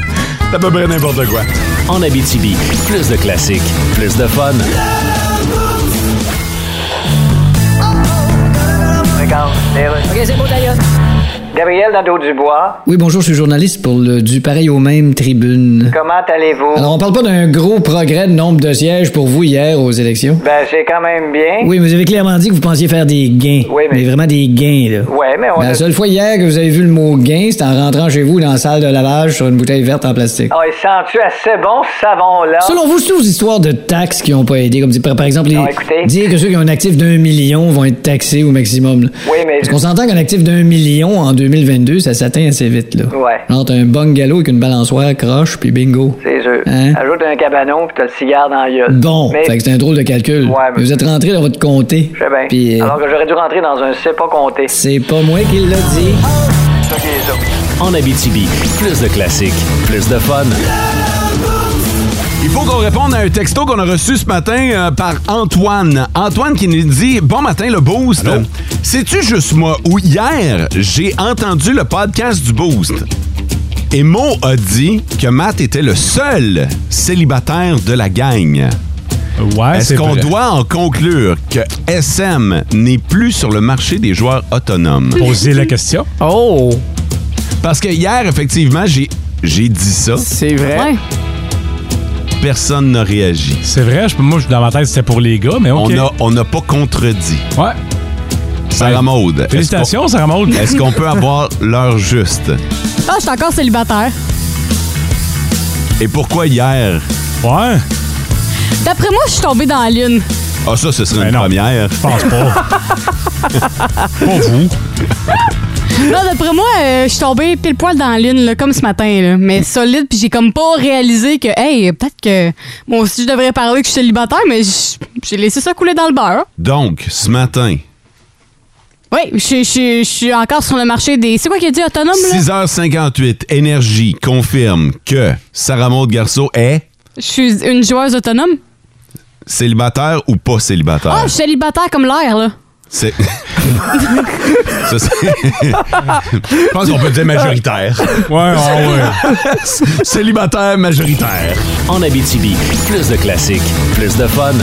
c'est à peu près n'importe quoi.
En Abitibi, plus de classiques, plus de fun.
Gabriel Nadeau-Dubois,
Oui, bonjour, je suis journaliste pour le Du Pareil au même Tribune.
comment allez-vous?
Alors, on parle pas d'un gros progrès de nombre de sièges pour vous hier aux élections.
Ben, c'est quand même bien.
Oui, mais vous avez clairement dit que vous pensiez faire des gains.
Oui, mais-
vraiment des gains, là.
Ouais, mais on
La
a...
seule fois hier que vous avez vu le mot gain, c'était en rentrant chez vous dans la salle de lavage sur une bouteille verte en plastique.
Ah, il sent-tu assez bon, ce savon-là?
Selon vous, c'est aux histoires de taxes qui ont pas aidé, comme dire, par par exemple, les-
Ah. Non, écoutez.
dire que ceux qui ont un actif d'un million vont être taxés au maximum. là.
Oui, mais-
Parce qu'on s'entend qu'un actif d'un million en 2022, ça s'atteint assez vite, là.
Ouais.
Genre, t'as un bungalow avec une balançoire, croche, puis bingo.
C'est sûr.
Hein?
Ajoute un cabanon, puis t'as le cigare dans la gueule.
Bon,
mais...
fait que c'est un drôle de calcul.
Ouais, mais-
Vous êtes rentré dans votre comté.
Je sais bien.
Puis euh,
Alors que j'aurais dû rentrer dans un c'est pas compté.
c'est pas moi qui l'a dit.
En Abitibi, plus de classiques, plus de fun.
Il faut qu'on réponde à un texto qu'on a reçu ce matin euh, par Antoine. Antoine qui nous dit Bon matin, le Boost. Sais-tu juste moi ou hier, j'ai entendu le podcast du Boost et Mo a dit que Matt était le seul célibataire de la gang.
Ouais,
Est-ce
Ah, c'est
qu'on
vrai.
doit en conclure que SM n'est plus sur le marché des joueurs autonomes?
poser la question?
Oh,
Parce que hier, effectivement, j'ai j'ai dit ça.
c'est vrai.
Ouais.
Personne n'a réagi.
C'est vrai, je- moi, je- dans ma tête, c'était pour les gars, mais OK.
On n'a on n'a pas contredit.
Ouais.
Sarah Maud. est-ce
Félicitations, Sarah Maud.
qu'on- Est-ce qu'on peut avoir l'heure juste?
Ah, je suis encore célibataire.
Et pourquoi hier?
Ouais,
D'après moi, je suis tombée dans la lune.
Ah, ça, ce serait
Ben
une
non.
première.
je pense pas. pas vous.
Non, d'après moi, euh, je suis tombée pile poil dans la lune, là, comme ce matin, là. Mais solide, puis j'ai comme pas réalisé que, hey, peut-être que moi aussi, je devrais parler que je suis célibataire, mais j- j'ai laissé ça couler dans le beurre.
Donc, ce matin,
Oui, je- je je suis encore sur le marché des. C'est quoi qu'il a dit, autonome, là?
6h58, Énergie confirme que Sarah Maud Garceau est
Je suis une joueuse autonome.
célibataire ou pas célibataire.
Ah, je suis célibataire comme l'air, là.
C'est. Ça, c'est- Je pense qu'on peut dire majoritaire.
Ouais, ouais, ouais.
Célibataire majoritaire.
En Abitibi, plus de classiques, plus de fun.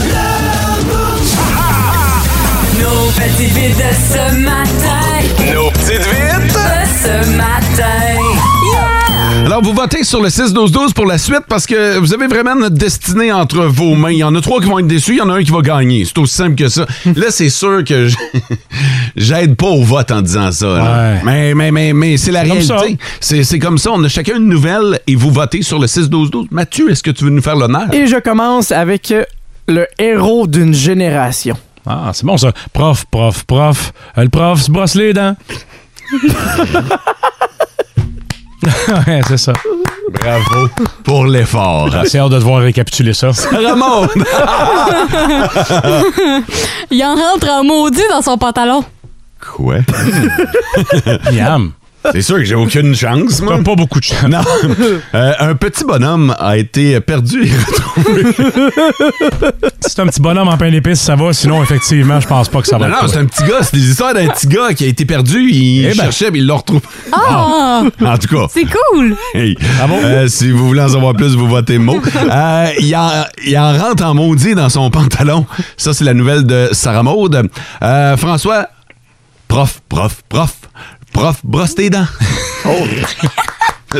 Nos petites vites de ce matin.
Nos petites vites!
De ce matin.
Alors, vous votez sur le 6-12-12 pour la suite parce que vous avez vraiment notre destinée entre vos mains. Il y en a trois qui vont être déçus, il y en a un qui va gagner. C'est aussi simple que ça. Là, c'est sûr que je- j'aide pas au vote en disant ça. là.
Ouais.
Mais, mais, mais, mais c'est la
C'est comme ça.
réalité. C'est c'est comme ça. On a chacun une nouvelle et vous votez sur le 6-12-12. Mathieu, est-ce que tu veux nous faire l'honneur?
Et je commence avec euh, le héros d'une génération.
Ah, c'est bon ça. Prof, prof, prof. Euh, le prof se brosse les dents. ouais, c'est ça.
Bravo pour l'effort.
J'ai assez hâte de devoir récapituler ça.
Ramon!
Il en rentre en maudit dans son pantalon.
Quoi?
Miam.
C'est sûr que j'ai aucune chance, moi.
T'as pas beaucoup de chance.
Non. Euh, un petit bonhomme a été perdu et
Ah,
retrouvé.
Si c'est un petit bonhomme en pain d'épices, ça va. Sinon, effectivement, je pense pas que ça va.
Non, non, c'est un petit gars. C'est des histoires d'un petit gars qui a été perdu. Il
Eh ben.
cherchait, mais il l'a retrouvé.
Ah!
En tout cas.
C'est cool!
Hey.
Bravo.
Euh, si vous voulez en savoir plus, vous votez mot. Euh, il, en, il en rentre en maudit dans son pantalon. Ça, c'est la nouvelle de Sarah Maude. Euh, François, prof, prof, prof, prof, brosse tes dents. Oh.
Oh.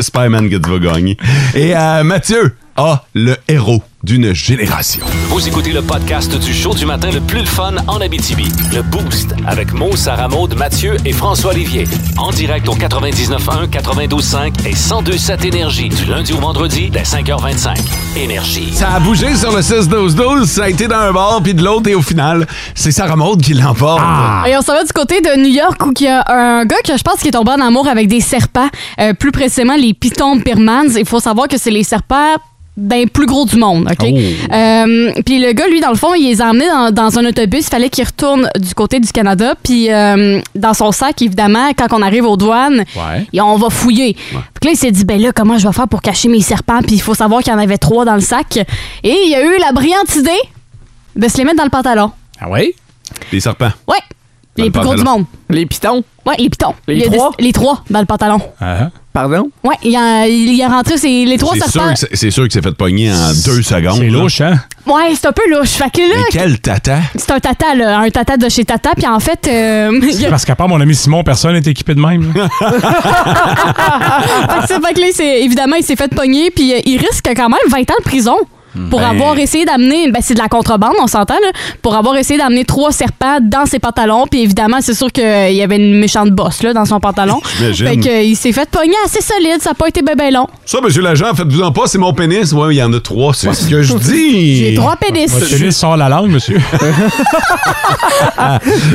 Spider-Man que tu vas gagner. Et euh, Mathieu, ah, le héros d'une génération.
Vous écoutez le podcast du show du matin le plus le fun en Abitibi. Le Boost avec Mo, Sarah Maud, Mathieu et François Olivier. En direct au 99.1, 92.5 et 102.7 Énergie du lundi au vendredi dès 5h25. Énergie.
Ça a bougé sur le 6-12-12, ça a été d'un bord puis de l'autre et au final, c'est Sarah Maude qui l'emporte.
Ah.
Et on s'en va du côté de New York où il y a un gars que je pense qui est tombé en amour avec des serpents, euh, plus précisément les pitons birmans. Il faut savoir que c'est les serpents d'un plus gros du monde,
Oh.
OK? Euh, puis le gars, lui, dans le fond, il les a emmenés dans, dans un autobus. Il fallait qu'il retourne du côté du Canada. Puis euh, dans son sac, évidemment, quand on arrive aux douanes,
Ouais.
et on va fouiller. Puis là, il s'est dit, ben là, comment je vais faire pour cacher mes serpents? Puis il faut savoir qu'il y en avait trois dans le sac. Et il a eu la brillante idée de se les mettre dans le pantalon.
Ah ouais?
Les serpents.
Ouais.
Dans
les
le
plus gros du
pantalon.
monde.
Les pitons,
Ouais, les pitons.
Les
Il a
trois?
déc- Les trois dans le pantalon.
Ah,
pardon?
Ouais, il y a, il y a rentré ses- les trois
C'est sûr
serpents.
que c'est- C'est sûr que c'est fait pogner en deux secondes.
c'est
là.
louche, hein?
Ouais, c'est un peu louche. Fait que là,
Mais quel tata!
c'est un tata, là, un tata de chez tata. Puis en fait, euh, il y a-
Parce qu'à part mon ami Simon, personne n'est équipé de même. là.
fait que c'est- fait que là, il s'est- évidemment, il s'est fait pogner. Puis euh, il risque quand même 20 ans de prison.
Hmm.
Pour
Ben-
avoir essayé d'amener, ben c'est de la contrebande, on s'entend, là, pour avoir essayé d'amener trois serpents dans ses pantalons. Puis évidemment, c'est sûr qu'il y avait une méchante bosse là, dans son pantalon.
J'imagine.
Fait qu'il s'est fait pogner assez solide, ça n'a pas été ben, ben long.
Ça, monsieur l'agent, faites-vous en pas, c'est mon pénis. Ouais, il y en a trois, c'est ce que je dis.
J'ai trois pénis.
Votre pénis sort la langue, monsieur.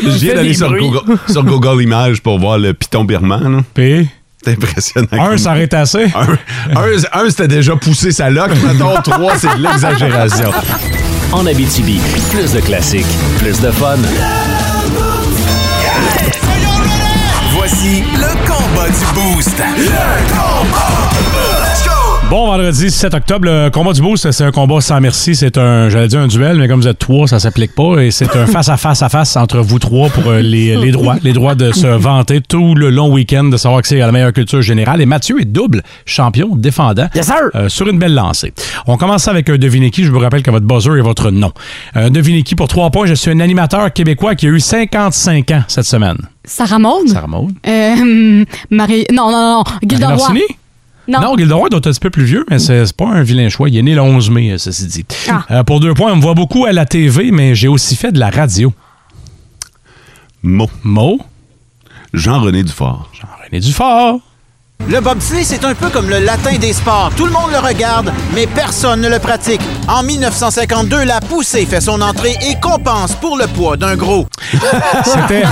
Je viens d'aller sur Google, sur Google Images pour voir le piton birman. là.
Puis,
C'est impressionnant.
un, ça aurait été assez.
Un, un, un, c'était déjà poussé sa loque. Mettons, trois, c'est de l'exagération.
En Abitibi, plus de classiques, plus de fun.
Voici le combat du Boost.
Bon, vendredi 7 octobre, le combat du Boost, c'est un combat sans merci. C'est un, j'allais dire un duel, mais comme vous êtes trois, ça s'applique pas. Et c'est un face-à-face-à-face entre vous trois pour euh, les, les droits. Les droits de se vanter tout le long week-end, de savoir que c'est la meilleure culture générale. Et Mathieu est double champion défendant.
Yes, sir!
Euh, sur une belle lancée. On commence avec un devinez qui. Je vous rappelle que votre buzzer est votre nom. Un devinez qui pour trois points. Je suis un animateur québécois qui a eu 55 ans cette semaine.
Mmh.
Sarah Maud?
Ça remonte.
Euh, Marie. Non, non, non. Gilda
Marine
Roy.
Orsini?
Non.
Non, Gilderoy doit être un petit peu plus vieux, mais c'est c'est pas un vilain choix. Il est né le 11 mai, euh, ceci dit.
Ah.
Euh, pour deux points, on me voit beaucoup à la TV, mais j'ai aussi fait de la radio.
Mot.
Mo,
Jean-René Dufort.
Jean-René Dufort.
Le bobsleigh, c'est un peu comme le latin des sports. Tout le monde le regarde, mais personne ne le pratique. En 1952, la poussée fait son entrée et compense pour le poids d'un gros.
C'était.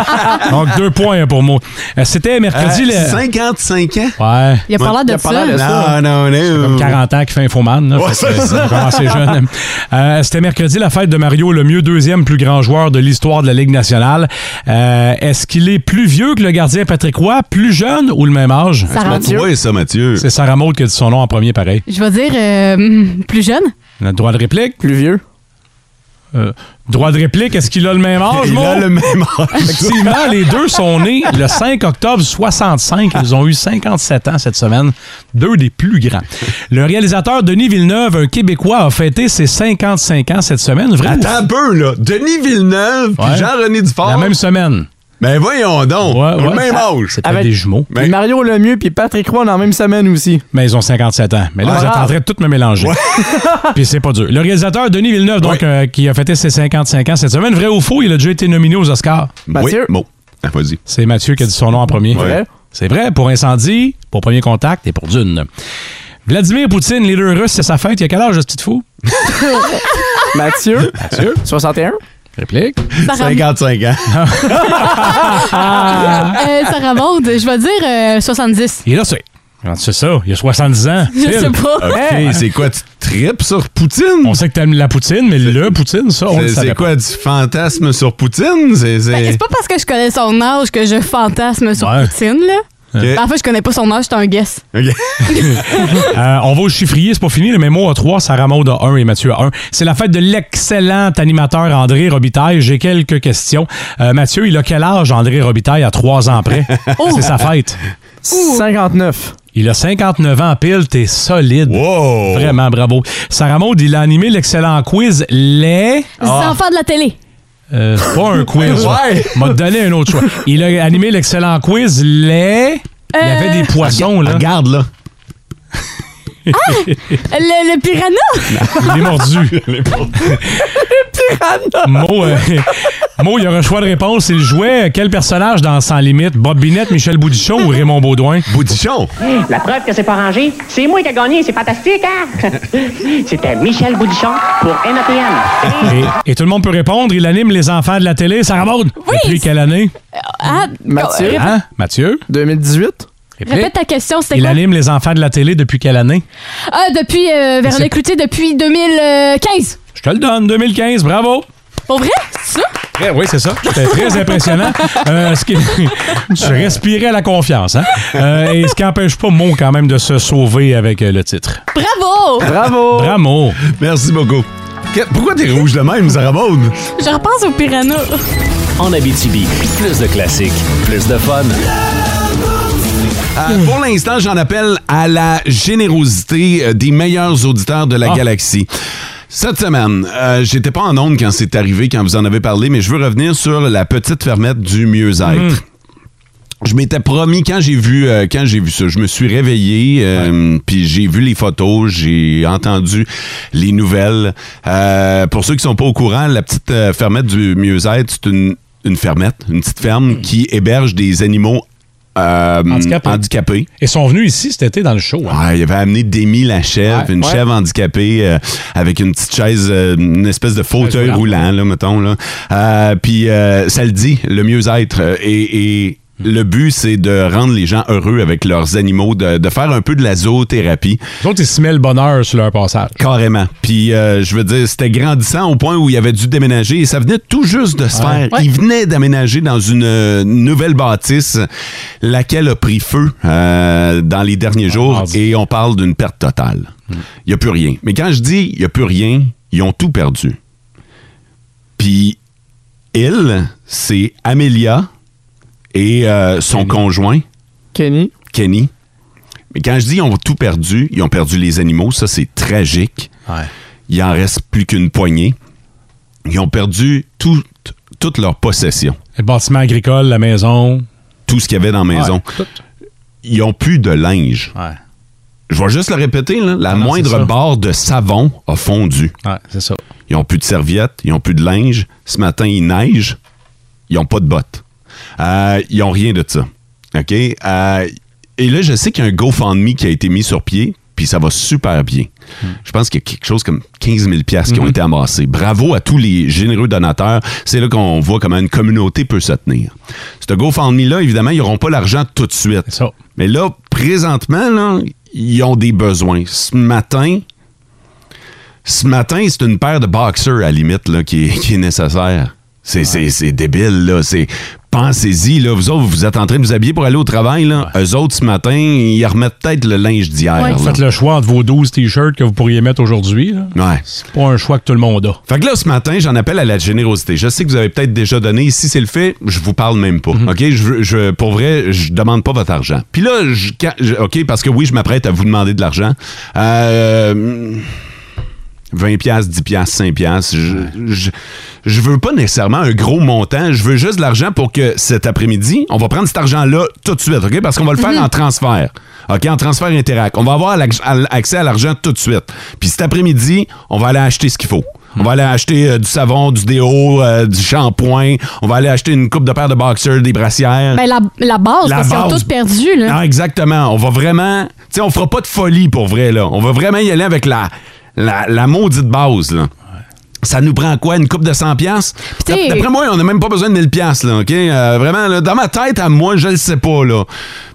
Donc, deux points euh, pour Mo. Euh, C'était mercredi
Euh,
le.
55 ans?
Ouais.
Il
Ouais,
a parlé
il
de
a parlé de
Ah, ça.
ça.
Non, Ah, non,
Ah, Comme
non.
40 ans qui fait Infoman. Là,
Ouais,
Fait que,
c'est
euh,
ça.
il a commencé jeune. Euh, C'était mercredi la fête de Mario, le mieux deuxième plus grand joueur de l'histoire de la Ligue nationale. Euh, Est-ce qu'il est plus vieux que le gardien Patrick Roy, plus jeune ou le même âge?
Sarah Maud.
Oui, ça, Mathieu.
C'est Sarah Maud qui a dit son nom en premier, pareil.
Je vais dire euh, hmm, plus jeune.
On a le droit de réplique.
Plus vieux.
Euh, droit de réplique, est-ce qu'il a le même âge,
Il
mon?
a le même âge.
Effectivement, les deux sont nés le 5 octobre 65. Ils ont eu 57 ans cette semaine. Deux des plus grands. Le réalisateur Denis Villeneuve, un Québécois, a fêté ses 55 ans cette semaine. Vrai ou
Attends un peu, là. Denis Villeneuve puis
Ouais.
Jean-René Dufort.
La même semaine.
Ben voyons donc.
Ouais,
Le
ouais. Ah,
même âge.
C'est peut-être
Avec-
des jumeaux,
Mais-
Mario Lemieux puis Patrick Roy dans la même semaine aussi.
mais ils ont 57 ans. Mais là,
Ah,
vous êtes en
grave.
train de tout me mélanger. Puis c'est pas dur. Le réalisateur Denis Villeneuve, donc,
Ouais.
euh, qui a fêté ses 55 ans cette semaine. Vrai ou faux, il a déjà été nominé aux Oscars.
Mathieu.
Oui, bon. Ah, Vas-y.
C'est Mathieu qui a dit son nom en premier.
Ouais.
Vrai?
C'est vrai, pour incendie, pour premier contact et pour dune. Vladimir Poutine, leader russe, c'est sa fête. Il a quel âge, ce petit fou?
Mathieu,
Mathieu?
61.
Réplique.
Sarah,
55 ans.
euh, Sarah Maud, je vais dire euh, 70.
Il est là, c'est. Comment tu sais ça? Il a 70 ans.
Je
Phil,
sais pas.
OK, c'est quoi? Tu tripes sur Poutine?
On sait que t'aimes la poutine, mais le poutine, ça, on le
C'est-
savait
C'est
pas.
quoi, du fantasme sur Poutine? C'est... c'est-
Ben, c'est pas parce que je connais son âge que je fantasme sur
Ouais.
Poutine, là.
Ok.
Ben, en fait, je connais pas son âge, c'est un guess.
OK.
Euh, on va au chiffrier, c'est pas fini. Le mémo a 3, Sarah Maud a 1 et Mathieu a 1. C'est la fête de l'excellent animateur André Robitaille. J'ai quelques questions. Euh, Mathieu, il a quel âge, André Robitaille, à 3 ans près?
Oh!
C'est sa fête.
59.
Il a 59 ans pile, t'es solide.
Wow!
Vraiment, bravo. Sarah Maud, il a animé l'excellent quiz Les...
Les enfants de la télé.
Euh, c'est pas un quiz.
Ouais.
M'a donné un autre choix. Il a animé l'excellent quiz Les... Il y avait des poissons, là.
Regarde, là.
Le, le piranha?
Il est mordu. Mo, euh, Mo, il y aura un choix de réponse. Il jouait quel personnage dans Sans Limite? Bob Binette, Michel Boudichon ou Raymond Baudouin?
Boudichon.
La preuve que c'est pas rangé, c'est moi qui ai gagné, c'est fantastique, hein? C'était Michel Boudichon pour NAPM.
Et, et tout le monde peut répondre. Il anime les enfants de la télé. Sarah Maud, depuis quelle année?
Ah,
Mathieu,
Hein? Mathieu?
2018.
répète ta question, c'était
Il
quoi?
anime les enfants de la télé depuis quelle année?
Ah, depuis euh,
c'est-
Véronique Cloutier, depuis 2015.
Je te le donne, 2015. Bravo!
Pour vrai? C'est ça?
Eh oui, c'est ça. C'était très impressionnant. Euh, ce qui... Je respirais la confiance. Hein? Euh, et ce qui n'empêche pas Mo quand même de se sauver avec euh, le titre.
Bravo!
Bravo!
Bravo!
Merci beaucoup. Que- Pourquoi t'es rouge de même, Sarah Maud? Euh,
Je repense au piranha.
En Abitibi, plus de classiques, plus de fun.
Hmm.
Euh, pour l'instant, j'en appelle à la générosité euh, des meilleurs auditeurs de la
Ah.
galaxie. Cette semaine, euh, j'étais pas en onde quand c'est arrivé, quand vous en avez parlé, mais je veux revenir sur la petite fermette du mieux-être.
Hmm.
Je m'étais promis quand j'ai vu euh, quand j'ai vu ça, je me suis réveillé euh, puis j'ai vu les photos, j'ai entendu les nouvelles. Euh, pour ceux qui sont pas au courant, la petite euh, fermette du mieux-être, c'est une une fermette, une petite ferme qui héberge des animaux euh,
Handicapés.
handicapés.
Ils sont venus ici cet été dans le show. hein.
Ouais, il avait amené Demi la chèvre,
Ouais,
une
ouais.
chèvre handicapée euh, avec une petite chaise, euh, une espèce de fauteuil
Chaise
roulant, là, mettons. Là. Euh, puis euh, ça le dit, le mieux-être. euh, Et, et le but, c'est de rendre les gens heureux avec leurs animaux, de, de faire un peu de la zoothérapie.
Les autres, ils se mêlent le bonheur sur leur passage.
Carrément. Puis, euh, je veux dire, c'était grandissant au point où il avait dû déménager et ça venait tout juste de se faire. Il venait d'aménager dans une euh, nouvelle bâtisse, laquelle a pris feu euh, dans les derniers jours
mardi.
et on parle d'une perte totale. Il n'y a plus rien. Mais quand je dis il n'y a plus rien, ils ont tout perdu. Puis, il, c'est Amélia et euh, son conjoint,
Kenny.
Kenny. Mais quand je dis ils ont tout perdu, ils ont perdu les animaux, ça c'est tragique. Il en reste plus qu'une poignée. Ils ont perdu tout- toute leur possession,
Le bâtiment agricole, la maison.
tout ce qu'il y avait dans la maison.
Ouais,
Ils ont plus de linge.
tout. Ouais,
Je vais juste le répéter, là, la
Ah non, c'est
moindre
ça.
barre de savon a fondu.
ouais, c'est ça.
Ils ont plus de serviettes, ils ont plus de linge. Ce matin, il neige. Ils ont pas de bottes. Euh, ils ont rien de ça. OK? Euh, et là, je sais qu'il y a un GoFundMe qui a été mis sur pied, puis ça va super bien.
Hmm.
Je pense qu'il y a quelque chose comme 15 000 piastres
Mhm.
qui ont été amassés. Bravo à tous les généreux donateurs. C'est là qu'on voit comment une communauté peut se tenir. Ce GoFundMe-là, évidemment, ils n'auront pas l'argent tout de suite.
C'est ça.
Mais là, présentement, là, ils ont des besoins. Ce matin, ce matin, c'est une paire de boxers, à la limite, là, qui, est- qui est nécessaire. C'est c'est- c'est débile, là. C'est- Pensez-y, là. Vous autres, vous êtes en train de vous habiller pour aller au travail, là. Eux autres, ce matin, ils remettent peut-être le linge d'hier, là.
Faites le choix entre vos 12 t-shirts que vous pourriez mettre aujourd'hui. là.
Ouais.
C'est pas un choix que tout le monde a.
Fait que là, ce matin, j'en appelle à la générosité. Je sais que vous avez peut-être déjà donné. Si c'est le fait, je vous parle même pas.
Mm-hmm.
OK? Je, veux- je- pour vrai, je demande pas votre argent. Puis là, je, quand- je- OK, parce que oui, je m'apprête à vous demander de l'argent. Euh, 20 pièces, 10 pièces, 5 pièces. Je, je, je veux pas nécessairement un gros montant. Je veux juste de l'argent pour que cet après-midi, on va prendre cet argent-là tout de suite, OK? Parce qu'on va le faire en transfert. OK? En transfert Interac. On va avoir l'ac- à l- accès à l'argent tout de suite. Puis cet après-midi, on va aller acheter ce qu'il faut. On va aller acheter euh, du savon, du déo, euh, du shampoing. On va aller acheter une coupe de paire de boxers, des brassières.
Ben, la, la base,
La
parce qu'ils ont
base.
tous perdu, là.
Non, exactement. On va vraiment. Tu sais, on fera pas de folie pour vrai, là. On va vraiment y aller avec la, la, la maudite base, là. Ça nous prend quoi? Une coupe de 100 piastres?
t'sais-
D'après moi, on n'a même pas besoin de 1000 piastres, là, OK? Euh, vraiment, là, dans ma tête, à moi, je le sais pas, là.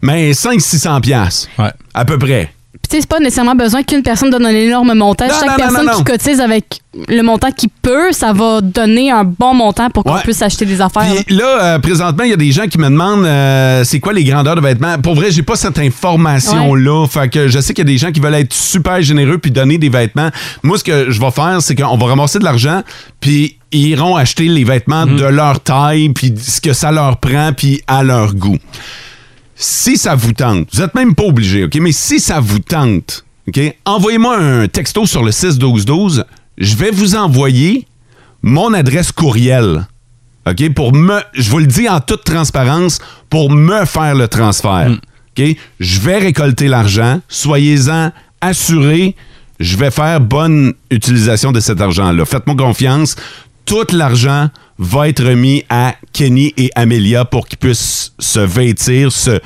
Mais 500-600 piastres, à peu près.
Puis, tu sais, c'est pas nécessairement besoin qu'une personne donne un énorme montant.
Non,
Chaque
non, non,
personne
non, non.
qui cotise avec le montant qu'il peut, ça va donner un bon montant pour qu'on
Ouais.
puisse acheter des affaires. là.
Puis là, euh, présentement, il y a des gens qui me demandent euh, c'est quoi les grandeurs de vêtements. Pour vrai, j'ai pas cette information-là. Fait que je sais qu'il y a des gens qui veulent être super généreux puis donner des vêtements. Moi, ce que je vais faire, c'est qu'on va ramasser de l'argent puis ils iront acheter les vêtements de leur taille puis ce que ça leur prend puis à leur goût. Si ça vous tente, vous êtes même pas obligé, OK? Mais si ça vous tente, OK? Envoyez-moi un texto sur le 6-12-12. Je vais vous envoyer mon adresse courriel. OK? Pour me. Je vous le dis en toute transparence, pour me faire le transfert. OK? Je vais récolter l'argent. Soyez-en assurés. Je vais faire bonne utilisation de cet argent-là. Faites-moi confiance. Tout l'argent va être remis à Kenny et Amelia pour qu'ils puissent se vêtir, se,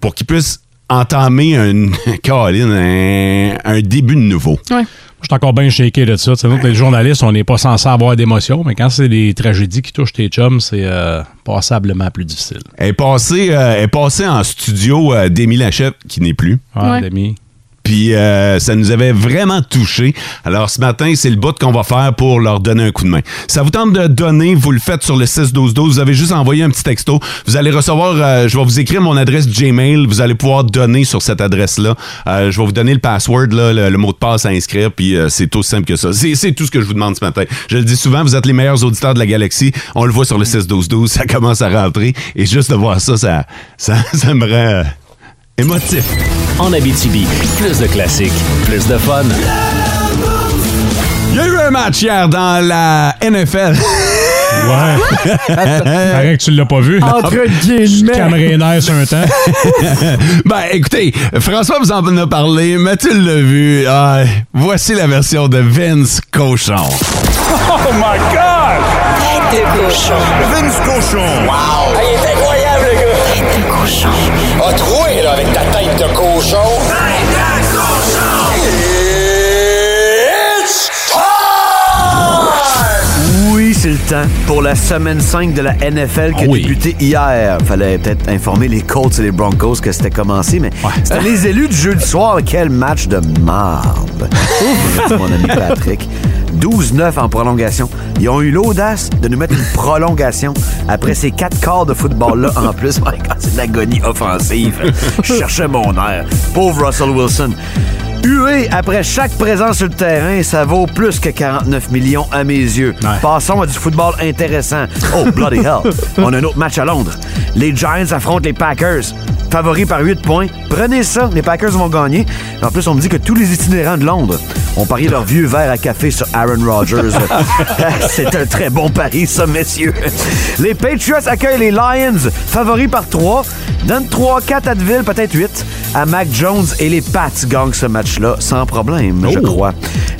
pour qu'ils puissent entamer un, Caroline, un, un début de nouveau.
Je suis encore bien shaké de ça. Tu sais, nous, les journalistes, on n'est pas censé avoir d'émotion, mais quand c'est des tragédies qui touchent tes chums, c'est euh, passablement plus difficile.
Elle est passée, euh, elle est passée en studio euh, d'Émile Hachette, qui n'est plus.
Ah, Ouais. Demi.
Puis euh, ça nous avait vraiment touchés. Alors ce matin, c'est le bout qu'on va faire pour leur donner un coup de main. Ça vous tente de donner, vous le faites sur le 6-12-12. Vous avez juste envoyé un petit texto. Vous allez recevoir, euh, je vais vous écrire mon adresse Gmail. Vous allez pouvoir donner sur cette adresse-là. Euh, je vais vous donner le password, là, le, le mot de passe à inscrire. Puis euh, c'est aussi simple que ça. C'est c'est tout ce que je vous demande ce matin. Je le dis souvent, vous êtes les meilleurs auditeurs de la galaxie. On le voit sur le 6-12-12. Ça commence à rentrer. Et juste de voir ça, ça, ça, ça me rend euh, émotif.
En Abitibi, plus de classiques, plus de fun.
Il y a eu un match hier dans la NFL. Ouais.
Paraît que tu l'as pas vu.
Ah, ben.
Entre
guillemets. Camerais nerfs sur un temps.
ben, écoutez, François vous en a parlé, Mathilde l'a vu. Ah, voici la version de Vince Cochon.
Oh my God! Tête de cochon. Vince cochon. Wow! il est incroyable, le gars! Tête de cochon. A troué, là, avec ta tête de cochon. Tête de cochon! It's
Oui, c'est le temps pour la semaine 5 de la NFL qui a débuté hier. Fallait peut-être informer les Colts et les Broncos que c'était commencé, mais c'était les élus du jeu du soir. Quel match de marde! Comme l'a dit mon ami Patrick. 12-9 en prolongation. Ils ont eu l'audace de nous mettre une prolongation après ces quatre quarts de football-là en plus. My God, c'est de l'agonie offensive. Je cherchais mon air. Pauvre Russell Wilson. Hué après chaque présence sur le terrain, ça vaut plus que 49 millions à mes yeux. Passons à du football intéressant. Oh, bloody hell. On a un autre match à Londres. Les Giants affrontent les Packers. Favoris par 8 points. Prenez ça, les Packers vont gagner. En plus, on me dit que tous les itinérants de Londres ont parié leur vieux verre à café sur Aaron Rodgers. C'est un très bon pari, ça, messieurs. Les Patriots accueillent les Lions, favoris par 3. Donne 3, 4 à Deville, peut-être 8. À Mac Jones et les Pats gagnent ce match-là sans problème, je crois.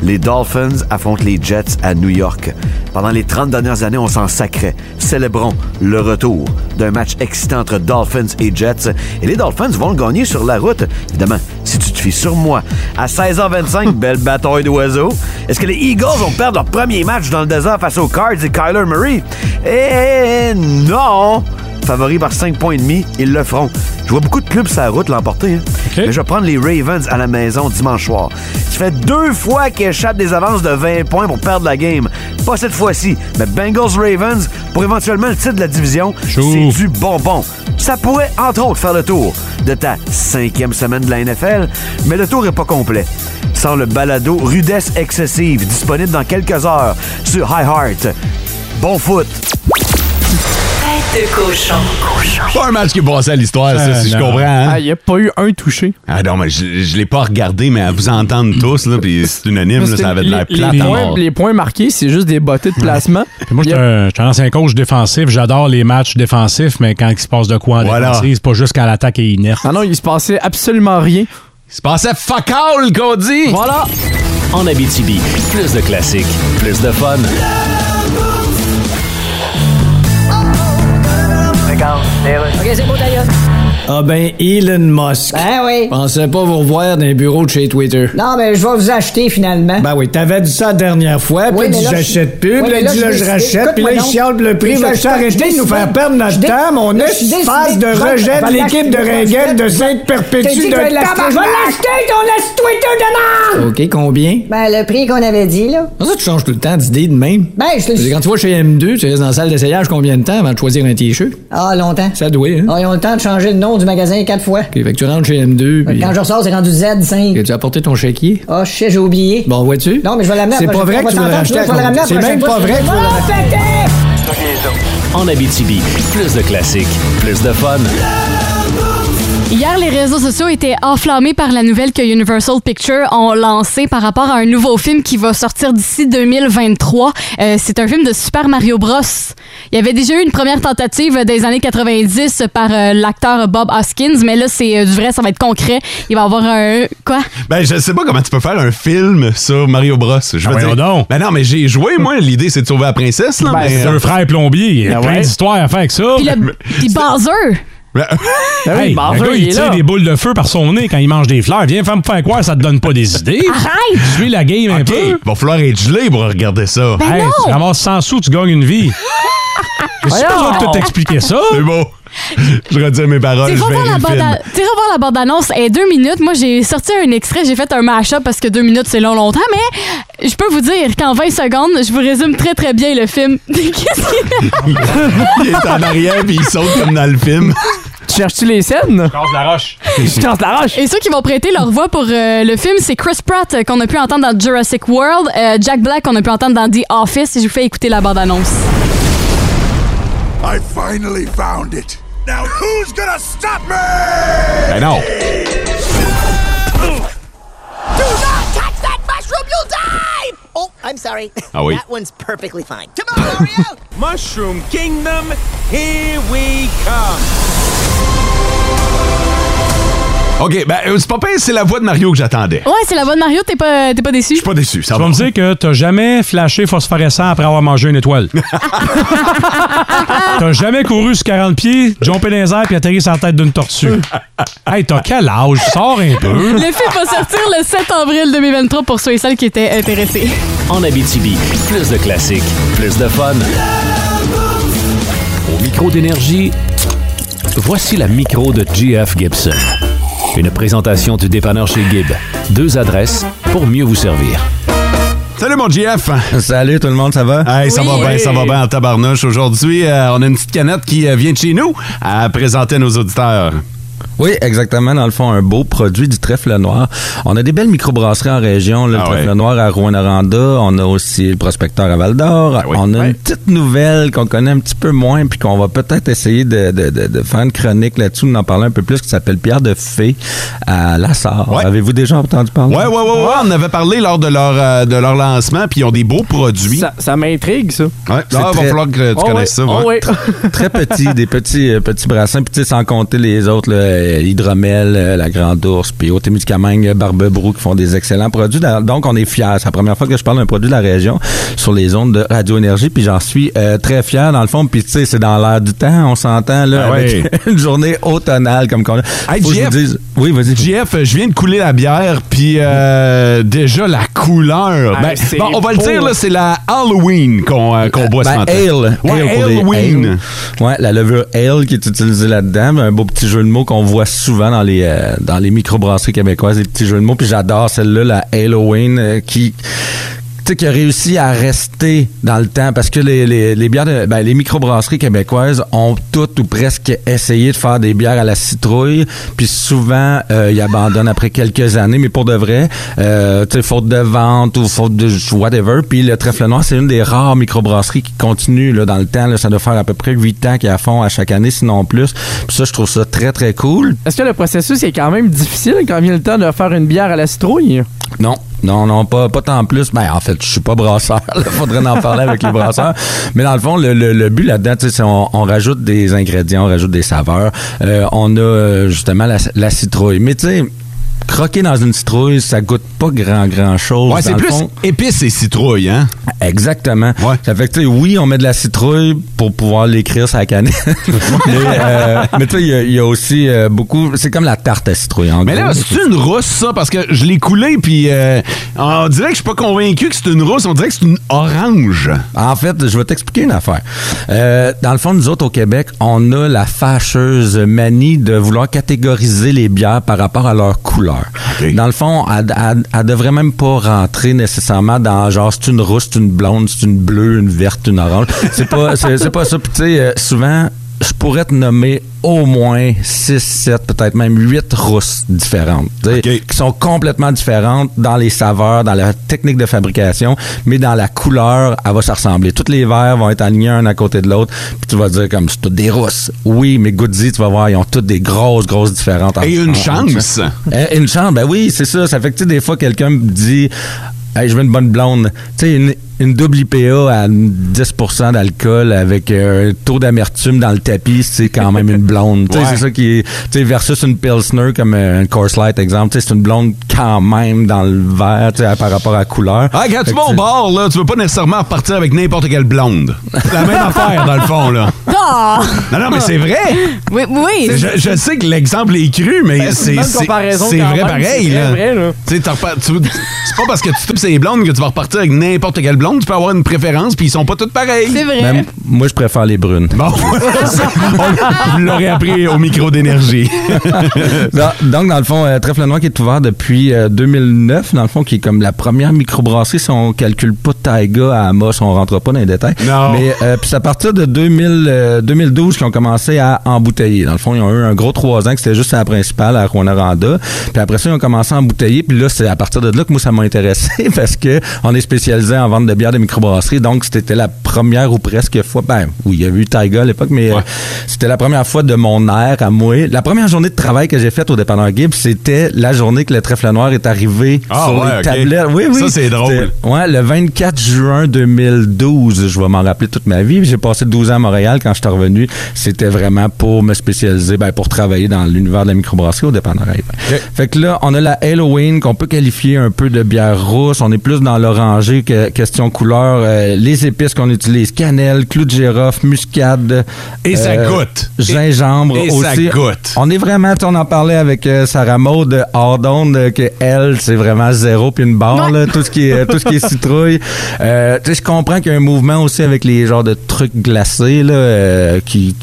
Les Dolphins affrontent les Jets à New York. Pendant les 30 dernières années, on s'en sacrait. Célébrons le retour d'un match excitant entre Dolphins et Jets. Et les Dolphins vont le gagner sur la route, évidemment, si tu te fies sur moi. À 16h25, belle bataille d'oiseaux. Est-ce que les Eagles vont perdre leur premier match dans le désert face aux Cards et Kyler Murray? Eh non! Favoris par 5 points et demi, ils le feront. Je vois beaucoup de clubs sur la route l'emporter. hein. Mais je vais prendre les Ravens à la maison dimanche soir. Ça fait deux fois qu'ils échappent des avances de 20 points pour perdre la game. Pas cette fois-ci, mais Bengals-Ravens pour éventuellement le titre de la division. C'est du bonbon. Ça pourrait, entre autres, faire le tour de ta cinquième semaine de la NFL, mais le tour n'est pas complet. Sans le balado Rudesse excessive, disponible dans quelques heures sur iHeart. Bon foot!
Tête de cochon.
Pas un match qui est passé à l'histoire, ça,
Euh,
si je
non.
comprends.
Ah,
n'y a pas eu un touché. Ah non, mais je, je l'ai pas regardé, mais à vous entendre tous, là, puis c'est unanime, là,
C'était-
ça avait de l'air
les,
plate
les
à
points,
mort.
les points marqués, c'est juste des bottées de placement.
Puis moi, je suis un, j'étais un ancien coach défensif. J'adore les matchs défensifs, mais quand il se passe de quoi en
Voilà.
défensive, c'est pas juste quand l'attaque est inerte.
Ah non, il se passait absolument rien.
Il se passait fuck all, qu'on dit!
Voilà!
En Abitibi, plus de classiques, plus de fun.
OK, c'est bon, d'ailleurs.
Ah ben, Elon Musk.
Ben oui.
Pensais pas vous revoir dans les bureaux de chez Twitter.
Non, mais je vais vous acheter finalement.
Ben oui, t'avais dit ça la dernière fois,
Oui,
puis
mais
dit
là, je-
j'achète plus,
Oui,
puis
mais
là,
là,
dit
je
là, je
décide.
rachète, puis là, il
Écoute-moi
chiale
donc.
le prix.
Je-
Fait que
je-
tu arrêté de nous faire perdre notre
je-
temps, mais on
je-
est
je- je-
face de
je- je-
rejet de
je- je-
l'équipe de
je- je-
Ringuette de
T'as dit
Sainte-Perpétue
que
de
je vais l'acheter. Je vais
tabarnak!
l'acheter, ton laisse Twitter de merde!
OK, combien?
Ben, le prix qu'on avait dit, là.
Pour ça, tu changes tout le temps d'idée de même.
Ben, je te le
Parce que Quand tu vas chez M2, tu restes dans la salle d'essayage combien de temps avant de choisir un t-shirt?
Ah, longtemps.
Ça doit, hein?
Ah, ils ont le temps de changer le nom du magasin quatre fois.
OK, fait que tu rentres chez M2, puis...
Quand je ressors, c'est rendu Z5.
Et tu as apporté ton chéquier?
Ah, je sais, j'ai oublié.
Bon, vois-tu?
Non, mais je vais l'amener à
C'est
la
pas
prochaine
vrai
fois.
que tu
On
veux
va
racheter
s'entendre. Je
à
vais l'amener à la
C'est
prochaine
même
fois.
pas vrai que tu veux
Ah,
le racheter.
pété!
En Abitibi, plus de classiques, plus de fun.
Hier, les réseaux sociaux étaient enflammés par la nouvelle que Universal Pictures ont lancée par rapport à un nouveau film qui va sortir d'ici 2023. Euh, c'est un film de Super Mario Bros. Il y avait déjà eu une première tentative des années 90 par euh, l'acteur Bob Hoskins, mais là, c'est euh, du vrai, ça va être concret. Il va y avoir un... Quoi?
Ben, je sais pas comment tu peux faire un film sur Mario Bros. Je
Ah,
veux dire. Ben non, mais j'ai joué, moi. L'idée, c'est de sauver la princesse, là.
Ben,
mais-
c'est un frère plombier. Il y a
Ah
plein
euh, ouais?
d'histoires à faire avec ça.
Puis, le, puis Bowser!
Ben-
Hey,
Bowser,
le gars,
il
il
est
tire
là.
des boules de feu par son nez quand il mange des fleurs. Viens faire me faire croire, ça te donne pas des idées.
Arrête!
Suis la game un peu.
Va falloir être gelé pour regarder
Ben,
ça.
Ben
hey, tu ramasses 100 sous, tu gagnes une vie. Je suis
Voyons!
besoin de tout t'expliquer ça.
C'est beau. Je retire mes paroles. Ah, Je
T'es
vais
revoir, la
aimer le film.
bande- t'es revoir la bande-annonce est deux minutes. Moi, j'ai sorti un extrait, j'ai fait un mash-up parce que deux minutes, c'est long longtemps, mais je peux vous dire qu'en 20 secondes, je vous résume très, très bien le film. Qu'est-ce qu'il
il est en arrière puis il saute comme dans le film.
Tu cherches-tu les scènes?
Casse la roche.
Je casse la roche.
Et ceux qui vont prêter leur voix pour euh, le film, c'est Chris Pratt euh, qu'on a pu entendre dans Jurassic World, euh, Jack Black qu'on a pu entendre dans The Office, et je vous fais écouter la bande-annonce.
I finally found it. Now who's gonna stop me?
Ben non.
Do not touch that mushroom, you'll die!
Oh, I'm sorry.
Ah oui.
That one's perfectly fine.
Mushroom Kingdom, here we come.
OK, ben, euh, c'est pas pire, c'est la voix de Mario que j'attendais.
Ouais, c'est la voix de Mario, t'es pas, t'es pas déçu?
Pas déçu, ça
Tu vas
va.
me dire que t'as jamais flashé phosphorescent après avoir mangé une étoile. t'as jamais couru sur 40 pieds, jumpé dans les airs puis atterri sur la tête d'une tortue. hey, t'as quel âge? Sors un peu.
Le film va sortir le 7 avril 2023 pour ceux et celles qui étaient intéressés.
En Abitibi, plus de classiques, plus de fun. Au micro d'énergie, voici la micro de GF Gibson. Une présentation du dépanneur chez Gibb. Deux adresses pour mieux vous servir.
Salut mon GF.
Salut tout le monde, ça va?
Hey, ça
Oui.
va bien, ça va bien en tabarnouche. Aujourd'hui, euh, on a une petite canette qui euh, vient de chez nous à présenter à nos auditeurs.
Oui, exactement. Dans le fond, un beau produit du trèfle noir. On a des belles microbrasseries en région.
Ah
là, le trèfle noir à Rouen-Aranda. On a aussi le prospecteur à
Ah
Val-d'Or. On a une petite nouvelle qu'on connaît un petit peu moins puis qu'on va peut-être essayer de, de- de- de faire une chronique là-dessus, d'en parler un peu plus, qui s'appelle Pierre de Fée à Lassar. Avez-vous déjà entendu parler?
Ouais, ouais, ouais, ouais, on avait parlé lors de leur, euh, de leur lancement, puis ils ont des beaux produits.
Ça, ça m'intrigue, ça.
Ouais,
C'est
là, il va
très-
falloir que tu
Oh
connaisses
ouais,
ça.
oh
ouais.
ouais.
Très petit, des petits, euh, petits brassins, puis tu sais, sans compter les autres, là, euh, Hydromel, euh, la Grande Ourse, puis Otémie de Camagne, euh, Barbebrou, qui font des excellents produits. Dans- Donc, on est fiers. C'est la première fois que je parle d'un produit de la région sur les ondes de Radio-Énergie, puis j'en suis euh, très fier, dans le fond. Puis, tu sais, c'est dans l'air du temps, on s'entend, là,
Ah
avec
ouais.
une journée automnale comme qu'on a.
Hey,
Faut que je vous
Jeff.
dise- Oui, vas-y.
Jeff, je viens de couler la bière, puis euh, déjà la couleur.
Ah,
Ben,
c'est
bon, on va le
beau.
dire, là, c'est la Halloween qu'on euh, qu'on boit ce
Ben,
matin.
ale.
Ouais,
Ale pour des
Halloween.
ale. Ouais, la levure ale qui est utilisée là-dedans. Un beau petit jeu de mots qu'on voit souvent dans les, euh, dans les microbrasseries québécoises, des petits jeux de mots. Puis j'adore celle-là, la Halloween, euh, qui, tu sais, qui a réussi à rester dans le temps parce que les, les, les bières de- ben, les microbrasseries québécoises ont toutes ou presque essayé de faire des bières à la citrouille puis souvent euh, ils abandonnent après quelques années mais pour de vrai euh, tu sais, faute de vente ou faute de whatever puis le trèfle noir c'est une des rares microbrasseries qui continue là, dans le temps là. ça doit faire à peu près 8 ans qu'ils la font à chaque année sinon plus puis ça je trouve ça très très cool
Est-ce que le processus est quand même difficile quand vient le temps de faire une bière à la citrouille?
Non, non, non, pas, pas tant plus. Ben, en fait, je suis pas brasseur. Il faudrait en parler avec les brasseurs. Mais dans le fond, le, le- le but là-dedans, tu sais, c'est on, on rajoute des ingrédients, on rajoute des saveurs. Euh, on a euh, justement la, la citrouille. Mais tu sais, croquer dans une citrouille, ça goûte pas grand grand chose.
Ouais, c'est plus
épices et citrouille, hein? Exactement. Ça fait que, tu sais, oui, on met de la citrouille pour pouvoir l'écrire sur la canette. mais euh, mais tu sais, il y a- il y, a aussi euh, beaucoup. C'est comme la tarte à citrouille, en
Mais
gros.
là, c'est une rousse, ça, parce que je l'ai coulé, puis euh, on dirait que je suis pas convaincu que c'est une rousse, on dirait que c'est une orange.
En fait, je vais t'expliquer une affaire. Euh, dans le fond, nous autres au Québec, on a la fâcheuse manie de vouloir catégoriser les bières par rapport à leur couleur. Dans le fond, elle, elle, elle devrait même pas rentrer nécessairement dans genre c'est une rousse, c'est une blonde, c'est une bleue, une verte, une orange. C'est pas, c'est, c'est pas ça. Puis tu sais, euh, souvent, je pourrais te nommer au moins 6, 7, peut-être même 8 rousses différentes, tu sais, qui sont complètement différentes dans les saveurs, dans la technique de fabrication, mais dans la couleur, elle va se ressembler. Toutes les verres vont être alignés un à côté de l'autre, puis tu vas dire comme, c'est toutes des rousses. Oui, mais Goodzy, tu vas voir, ils ont toutes des grosses, grosses différentes.
Et une chance.
Euh, une chance, ben oui, c'est ça. Ça fait que, tu sais, des fois, quelqu'un me dit, hey, je veux une bonne blonde. Tu sais, une, une double IPA à 10 d'alcool avec euh, un taux d'amertume dans le tapis, c'est quand même une blonde. Tu sais,
Ouais.
c'est ça qui est. Tu sais, versus une Pilsner comme euh, une Coors Light, exemple. Tu sais, c'est une blonde quand même dans le verre, tu sais, par rapport à la couleur.
Ah, quand
Fait
tu
que
vas au bar, là, tu veux pas nécessairement repartir avec n'importe quelle blonde. C'est la même affaire, dans le fond, là.
Ah!
Non, non, mais c'est vrai.
Oui, oui.
Je, je sais que l'exemple est cru, mais
Ben, c'est
c'est
une bonne
c'est-
comparaison
c'est
quand
vrai
même,
pareil.
c'est
là.
vrai,
Tu sais, t'en repars- tu- C'est pas parce que tu tapes ces blondes que tu vas repartir avec n'importe quelle blonde. Tu peux avoir une préférence, puis ils sont pas toutes pareilles.
C'est vrai.
Même- moi, je préfère les brunes.
Bon, vous l'aurez appris au micro d'énergie.
Non, donc, dans le fond, euh, Trèfle Noir qui est ouvert depuis euh, 2009, dans le fond, qui est comme la première microbrasserie. Si on calcule pas Taiga à Amos, on rentre pas dans les détails.
Non.
Mais euh, puis c'est à partir de 2000, euh, 2012 qu'ils ont commencé à embouteiller. Dans le fond, ils ont eu un gros trois ans que c'était juste à la principale, à Rwanda. Puis après ça, ils ont commencé à embouteiller. Puis là, c'est à partir de là que moi, ça m'a intéressé parce que on est spécialisé en vente de bières de microbrasserie. Donc, c'était la première ou presque fois. Ben, oui, il y a eu Taiga à l'époque, mais euh, c'était la première fois de mon air à moi. La première journée de travail que j'ai faite au dépanneur Gibbs, c'était la journée que le trèfle noir est arrivé
Ah,
sur
ouais,
les
ok.
tablettes. Oui, oui.
Ça, c'est drôle.
C'était- Ouais, le 24 juin 2012, je vais m'en rappeler toute ma vie. J'ai passé 12 ans à Montréal quand je suis revenu. C'était vraiment pour me spécialiser, ben, pour travailler dans l'univers de la microbrasserie au dépanneur. Fait que là, on a la Halloween qu'on peut qualifier un peu de bière rousse. On est plus dans l'oranger que question couleur. Euh, les épices qu'on utilise, cannelle, clou de girofle, muscade. euh,
Et ça goûte.
Gingembre
Et- et
aussi.
ça goûte.
On est vraiment, tu sais, on en parlait avec euh, Sarah Maud euh, hors d'onde, euh, que elle, c'est vraiment zéro puis une barre, là, tout ce qui est, euh, tout ce qui est citrouille. Euh, tu sais, je comprends qu'il y a un mouvement aussi avec les genres de trucs glacés, là, euh, qui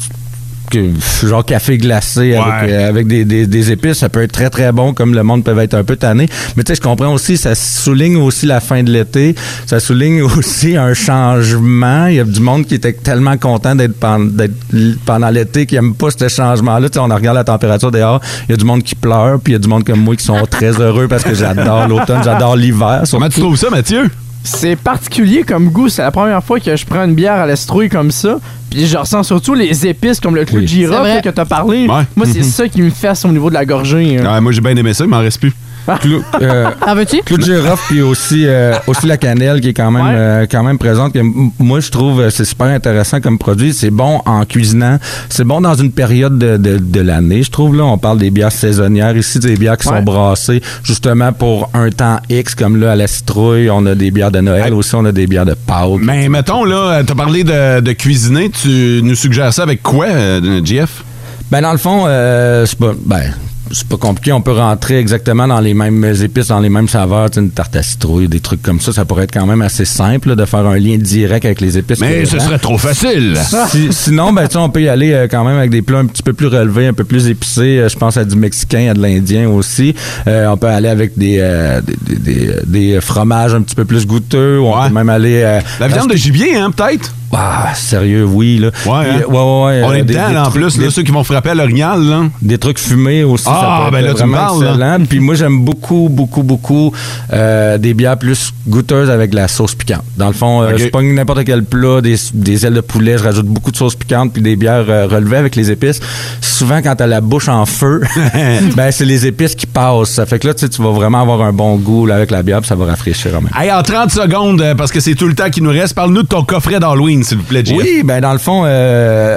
que- genre café glacé avec, euh, avec des, des- des épices, ça peut être très très bon comme le monde peut être un peu tanné. Mais tu sais, je comprends aussi, ça souligne aussi la fin de l'été, ça souligne aussi un changement. Il y a du monde qui était tellement content d'être pen- d'être l- pendant l'été qui aime pas ce changement-là. Tu sais, on regarde la température dehors, il y a du monde qui pleure, puis il y a du monde comme moi qui sont très heureux parce que j'adore l'automne, j'adore l'hiver. Comment tu
trouves ça, Mathieu?
C'est particulier comme goût. C'est la première fois que je prends une bière à l'estrouille comme ça. Puis je ressens surtout les épices comme le clou de
C'est
girofle
vrai.
là, que t'as parlé.
Ouais.
Moi, c'est
Mhm.
ça qui me fesse au niveau de la gorgée. hein.
Ah, moi, j'ai bien aimé ça, il m'en reste plus.
En veux-tu?
euh, Claude Giroffe, puis aussi, euh, aussi la cannelle qui est quand même, euh, quand même présente. que m- moi, je trouve euh, c'est super intéressant comme produit. C'est bon en cuisinant. C'est bon dans une période de, de- de l'année, je trouve. Là, on parle des bières saisonnières ici, des bières qui
Ouais.
sont brassées justement pour un temps X, comme là à la citrouille. On a des bières de Noël aussi, on a des bières de Pâques.
Mais mettons, là, t'as parlé de, de cuisiner, tu nous suggères ça avec quoi, euh, JF?
Ben dans le fond, euh, c'est pas ben c'est pas compliqué, on peut rentrer exactement dans les mêmes épices, dans les mêmes saveurs, tu sais, une tarte à citrouille, des trucs comme ça, ça pourrait être quand même assez simple là, de faire un lien direct avec les épices.
Mais
qu'il y a
ce
dedans.
serait trop facile.
Si- sinon ben tu sais, on peut y aller euh, quand même avec des plats un petit peu plus relevés, un peu plus épicés, Euh, je pense à du mexicain, à de l'indien aussi. Euh, on peut aller avec des, euh, des, des- des- des fromages un petit peu plus goûteux, on peut même aller euh,
La viande de gibier, hein, peut-être?
Ah, sérieux, oui, là.
Ouais, hein?
Puis, ouais, ouais, ouais,
On
euh,
est
des-
dedans,
des
là, en
trucs-
plus,
des-
là, ceux qui vont frapper à l'orignal, là.
des trucs fumés aussi.
Ah,
ça peut
ben
être
là, tu me
vraiment
parles, là.
excellent. Puis moi, j'aime beaucoup, beaucoup, beaucoup euh, des bières plus goûteuses avec de la sauce piquante. Dans le fond, euh,
Ok.
je pogne n'importe quel plat, des, des ailes de poulet, je rajoute beaucoup de sauce piquante, puis des bières euh, relevées avec les épices. Souvent, quand t'as la bouche en feu, ben c'est les épices qui passent. Ça fait que là, tu sais, tu vas vraiment avoir un bon goût là, avec la bière, puis ça va rafraîchir en même.
Hey, en 30 secondes, euh, parce que c'est tout le temps qui nous reste, parle-nous de ton coffret d'Halloween. s'il vous plaît, JF.
Oui, ben dans le fond, euh,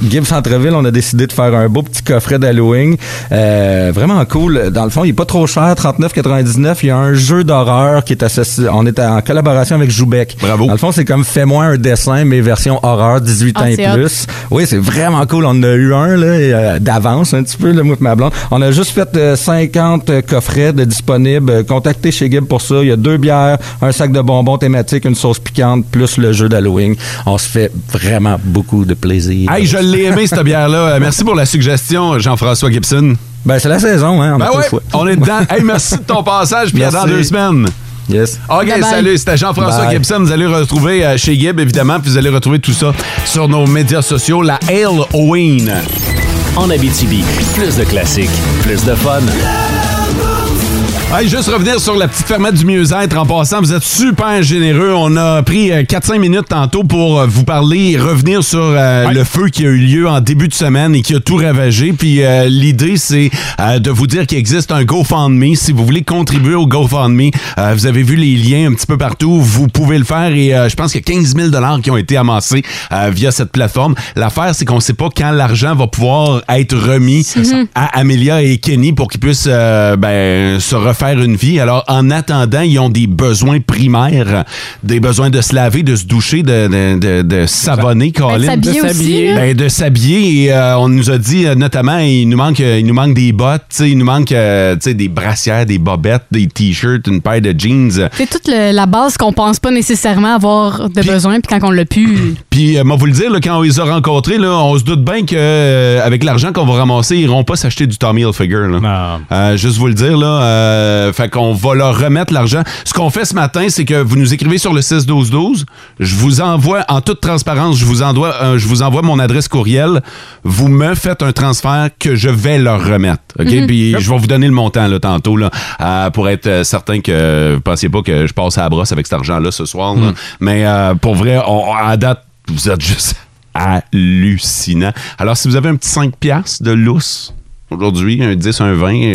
le Gibbs Centreville, on a décidé de faire un beau petit coffret d'Halloween. Euh, vraiment cool. Dans le fond, il est pas trop cher, 39,99. Il y a un jeu d'horreur qui est associé. On est en collaboration avec Joubec. Bravo. Dans le fond, c'est comme Fais-moi un dessin, mais version horreur, 18 ans
Ah,
et
c'est hot.
plus. Oui, c'est vraiment cool. On en a eu un là, euh, d'avance un petit peu, le moi et ma blonde. On a juste fait euh, 50 euh, coffrets de disponibles. Euh, Contactez chez Gibb pour ça. Il y a deux bières, un sac de bonbons thématiques, une sauce piquante, plus le jeu d'Halloween. On se fait vraiment beaucoup de plaisir.
Hey, je l'ai aimé, cette bière-là. Euh, Merci pour la suggestion, Jean-François Gibson.
Ben, c'est la saison, hein. On
Ben
a pas le
ouais,
choix.
on est dedans. Hey, merci de ton passage, puis à dans
Merci.
deux semaines.
Yes.
OK,
Bye bye.
salut, c'était Jean-François
Bye.
Gibson. Vous allez retrouver euh, chez Gibb, évidemment, puis vous allez retrouver tout ça sur nos médias sociaux, la Hale Owen.
En Abitibi, plus de classiques, plus de fun.
Hey, juste revenir sur la petite fermette du mieux-être. En passant, vous êtes super généreux. On a pris euh, 4-5 minutes tantôt pour euh, vous parler et revenir sur euh, le feu qui a eu lieu en début de semaine et qui a tout ravagé. Puis euh, l'idée, c'est euh, de vous dire qu'il existe un GoFundMe. Si vous voulez contribuer au GoFundMe, euh, vous avez vu les liens un petit peu partout. Vous pouvez le faire et euh, je pense qu'il y a 15 000 qui ont été amassés euh, via cette plateforme. L'affaire, c'est qu'on ne sait pas quand l'argent va pouvoir être remis à Amelia et Kenny pour qu'ils puissent euh, ben, se refaire une vie. Alors, en attendant, ils ont des besoins primaires, des besoins de se laver, de se doucher, de, de, de- de savonner, Colin.
de Ben, s'habiller De aussi, hein. s'habiller. là.
Ben, de s'habiller. Et euh, on nous a dit, euh, notamment, il nous manque, euh, il nous manque des bottes, tu sais, il nous manque euh, tu sais, des brassières, des bobettes, des t-shirts, une paire de jeans.
C'est toute le- la base qu'on pense pas nécessairement avoir de besoin, puis quand on l'a pu.
Puis, euh, moi, vous le dire, là, quand on les a rencontrés, là, on se doute bien que euh, avec l'argent qu'on va ramasser, ils iront pas s'acheter du Tommy Hilfiger. Là. Euh, juste vous le dire, là, euh, fait qu'on va leur remettre l'argent. Ce qu'on fait ce matin, c'est que vous nous écrivez sur le 6-12-12. Je vous envoie, en toute transparence, je vous, envoie, euh, je vous envoie mon adresse courriel. Vous me faites un transfert que je vais leur remettre. OK?
Mhm.
Puis,
Yep.
je vais vous donner le montant là, tantôt là, euh, pour être euh, certain que euh, vous pensiez pas que je passe à la brosse avec cet argent-là ce soir.
Mhm.
là. Mais euh, pour vrai, on- on- à date, vous êtes juste hallucinant. Alors, si vous avez un petit 5 piastres de lousse aujourd'hui, un 10, un 20... euh,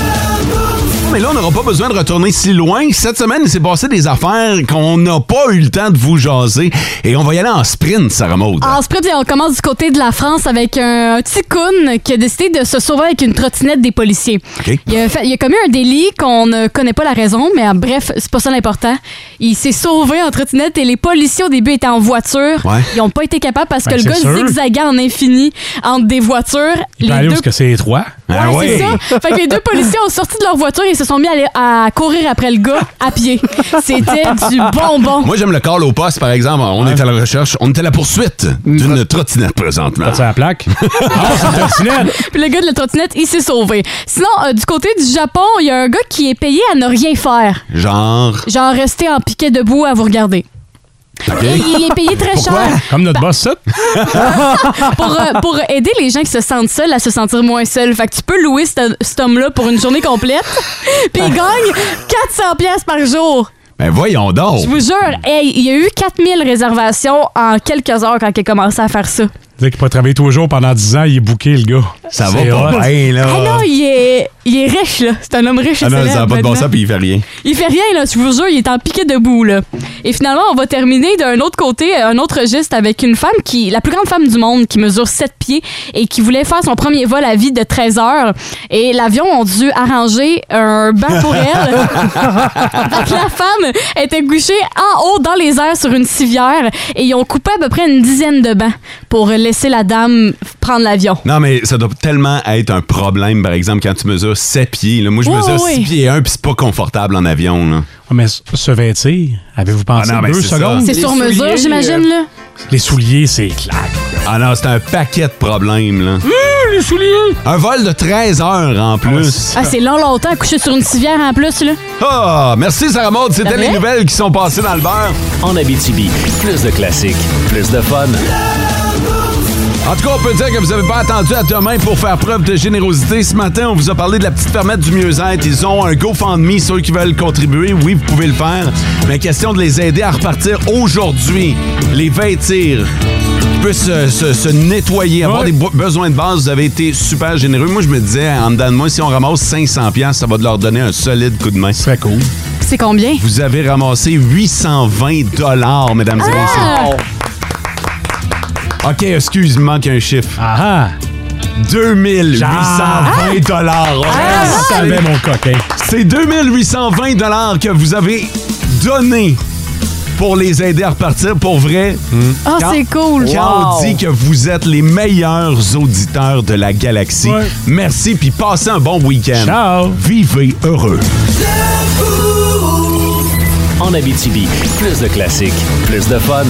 mais là, on n'aura pas besoin de retourner si loin. Cette semaine, il s'est passé des affaires qu'on n'a pas eu le temps de vous jaser. Et on va y aller en sprint, Sarah Maud.
En sprint, Ah, on commence du côté de la France avec un, un petit coon qui a décidé de se sauver avec une trottinette des policiers.
OK.
Il, a fait- il a commis un délit qu'on ne connaît pas la raison, mais euh, bref, c'est pas ça l'important. Il s'est sauvé en trottinette et les policiers au début étaient en voiture.
Ouais.
Ils n'ont pas été capables parce que
Ben,
le
c'est
gars
sûr.
zigzaguait en infini entre des voitures.
Il peut
Les
aller où
deux
est-ce que c'est Ah étroit.
Ouais, c'est ça. Fait que les deux policiers ont sorti de leur voiture et se sont mis à, aller- à courir après le gars à pied. C'était du bonbon.
Moi, j'aime le call au poste, par exemple. On est à la recherche. On est à la poursuite d'une trottinette présentement. T'as
la plaque? Ah,
Puis le gars de la trottinette, il s'est sauvé. Sinon, euh, du côté du Japon, il y a un gars qui est payé à ne rien faire.
Genre...
Genre rester en piquet debout à vous regarder.
OK.
Et il est payé très
Pourquoi?
cher.
Comme
Bah.
notre boss, ça.
pour, euh, pour aider les gens qui se sentent seuls à se sentir moins seuls. Fait que tu peux louer cet cet homme-là pour une journée complète. Puis il gagne 400 pièces par jour.
Ben voyons donc.
Je vous jure, hey, il y a eu 4000 réservations en quelques heures quand il a commencé à faire ça.
Ah.
Dire qu'il peut travailler tous les jours pendant 10 ans, il est booké, le gars.
Ça
C'est
va
hot.
pas bien, là.
Ah non, il est, il est riche, là. C'est un homme riche et
Ah non,
célèbre,
ça n'a pas de bon
maintenant.
sens, puis il fait rien.
Il fait rien, là, je vous jure, il est en piqué debout, là. Et finalement, on va terminer d'un autre côté, euh, un autre geste avec une femme qui, la plus grande femme du monde, qui mesure 7 pieds et qui voulait faire son premier vol à vide de 13 heures. Et l'avion a dû arranger un banc pour elle. Fait que la femme était couchée en haut dans les airs sur une civière et ils ont coupé à peu près une dizaine de bancs pour laisser la dame prendre l'avion.
Non, mais ça doit tellement être un problème, par exemple, quand tu mesures 7 pieds. là. Moi, je
Oui,
mesure
Oh, oui.
6 pieds et 1, puis c'est pas confortable en avion. Là.
Ah, mais se se vêtir, avez-vous pensé
Ah non, ben,
deux
c'est ça.
secondes?
C'est sur mesure, j'imagine, là.
Les souliers, c'est clair.
Ah non, c'est un paquet de problèmes. Là.
les souliers!
Un vol de 13 heures en plus.
Hmm? Ah, c'est long, longtemps, couché sur une civière en plus, là.
Ah, merci Sarah Maud, c'était
Jamais.
les nouvelles qui sont passées dans le beurre.
En Abitibi, plus de classiques, plus de fun.
En tout cas, on peut dire que vous n'avez pas attendu à demain pour faire preuve de générosité. Ce matin, on vous a parlé de la petite fermette du mieux-être. Ils ont un GoFundMe, ceux qui veulent contribuer. Oui, vous pouvez le faire. Mais question de les aider à repartir aujourd'hui. Les 20 tirs. peut se, se- se nettoyer, avoir des bo- besoins de base. Vous avez été super généreux. Moi, je me disais, en dedans de moi, si on ramasse 500 pièces, ça va leur donner un solide coup de main. C'est
cool.
C'est combien?
Vous avez ramassé 820 dollars, mesdames et
Ah!
messieurs. OK, excuse, il manque un chiffre.
Ah
2820 dollars.
Je savais, mon coquin.
C'est 2820 dollars que vous avez donné pour les aider à repartir pour vrai.
Ah,
Quand-
c'est cool.
Quand on
Wow.
dit que vous êtes les meilleurs auditeurs de la galaxie. Merci puis passez un bon week-end.
Ciao.
Vivez heureux.
En Abitibi, plus de classiques, plus de fun.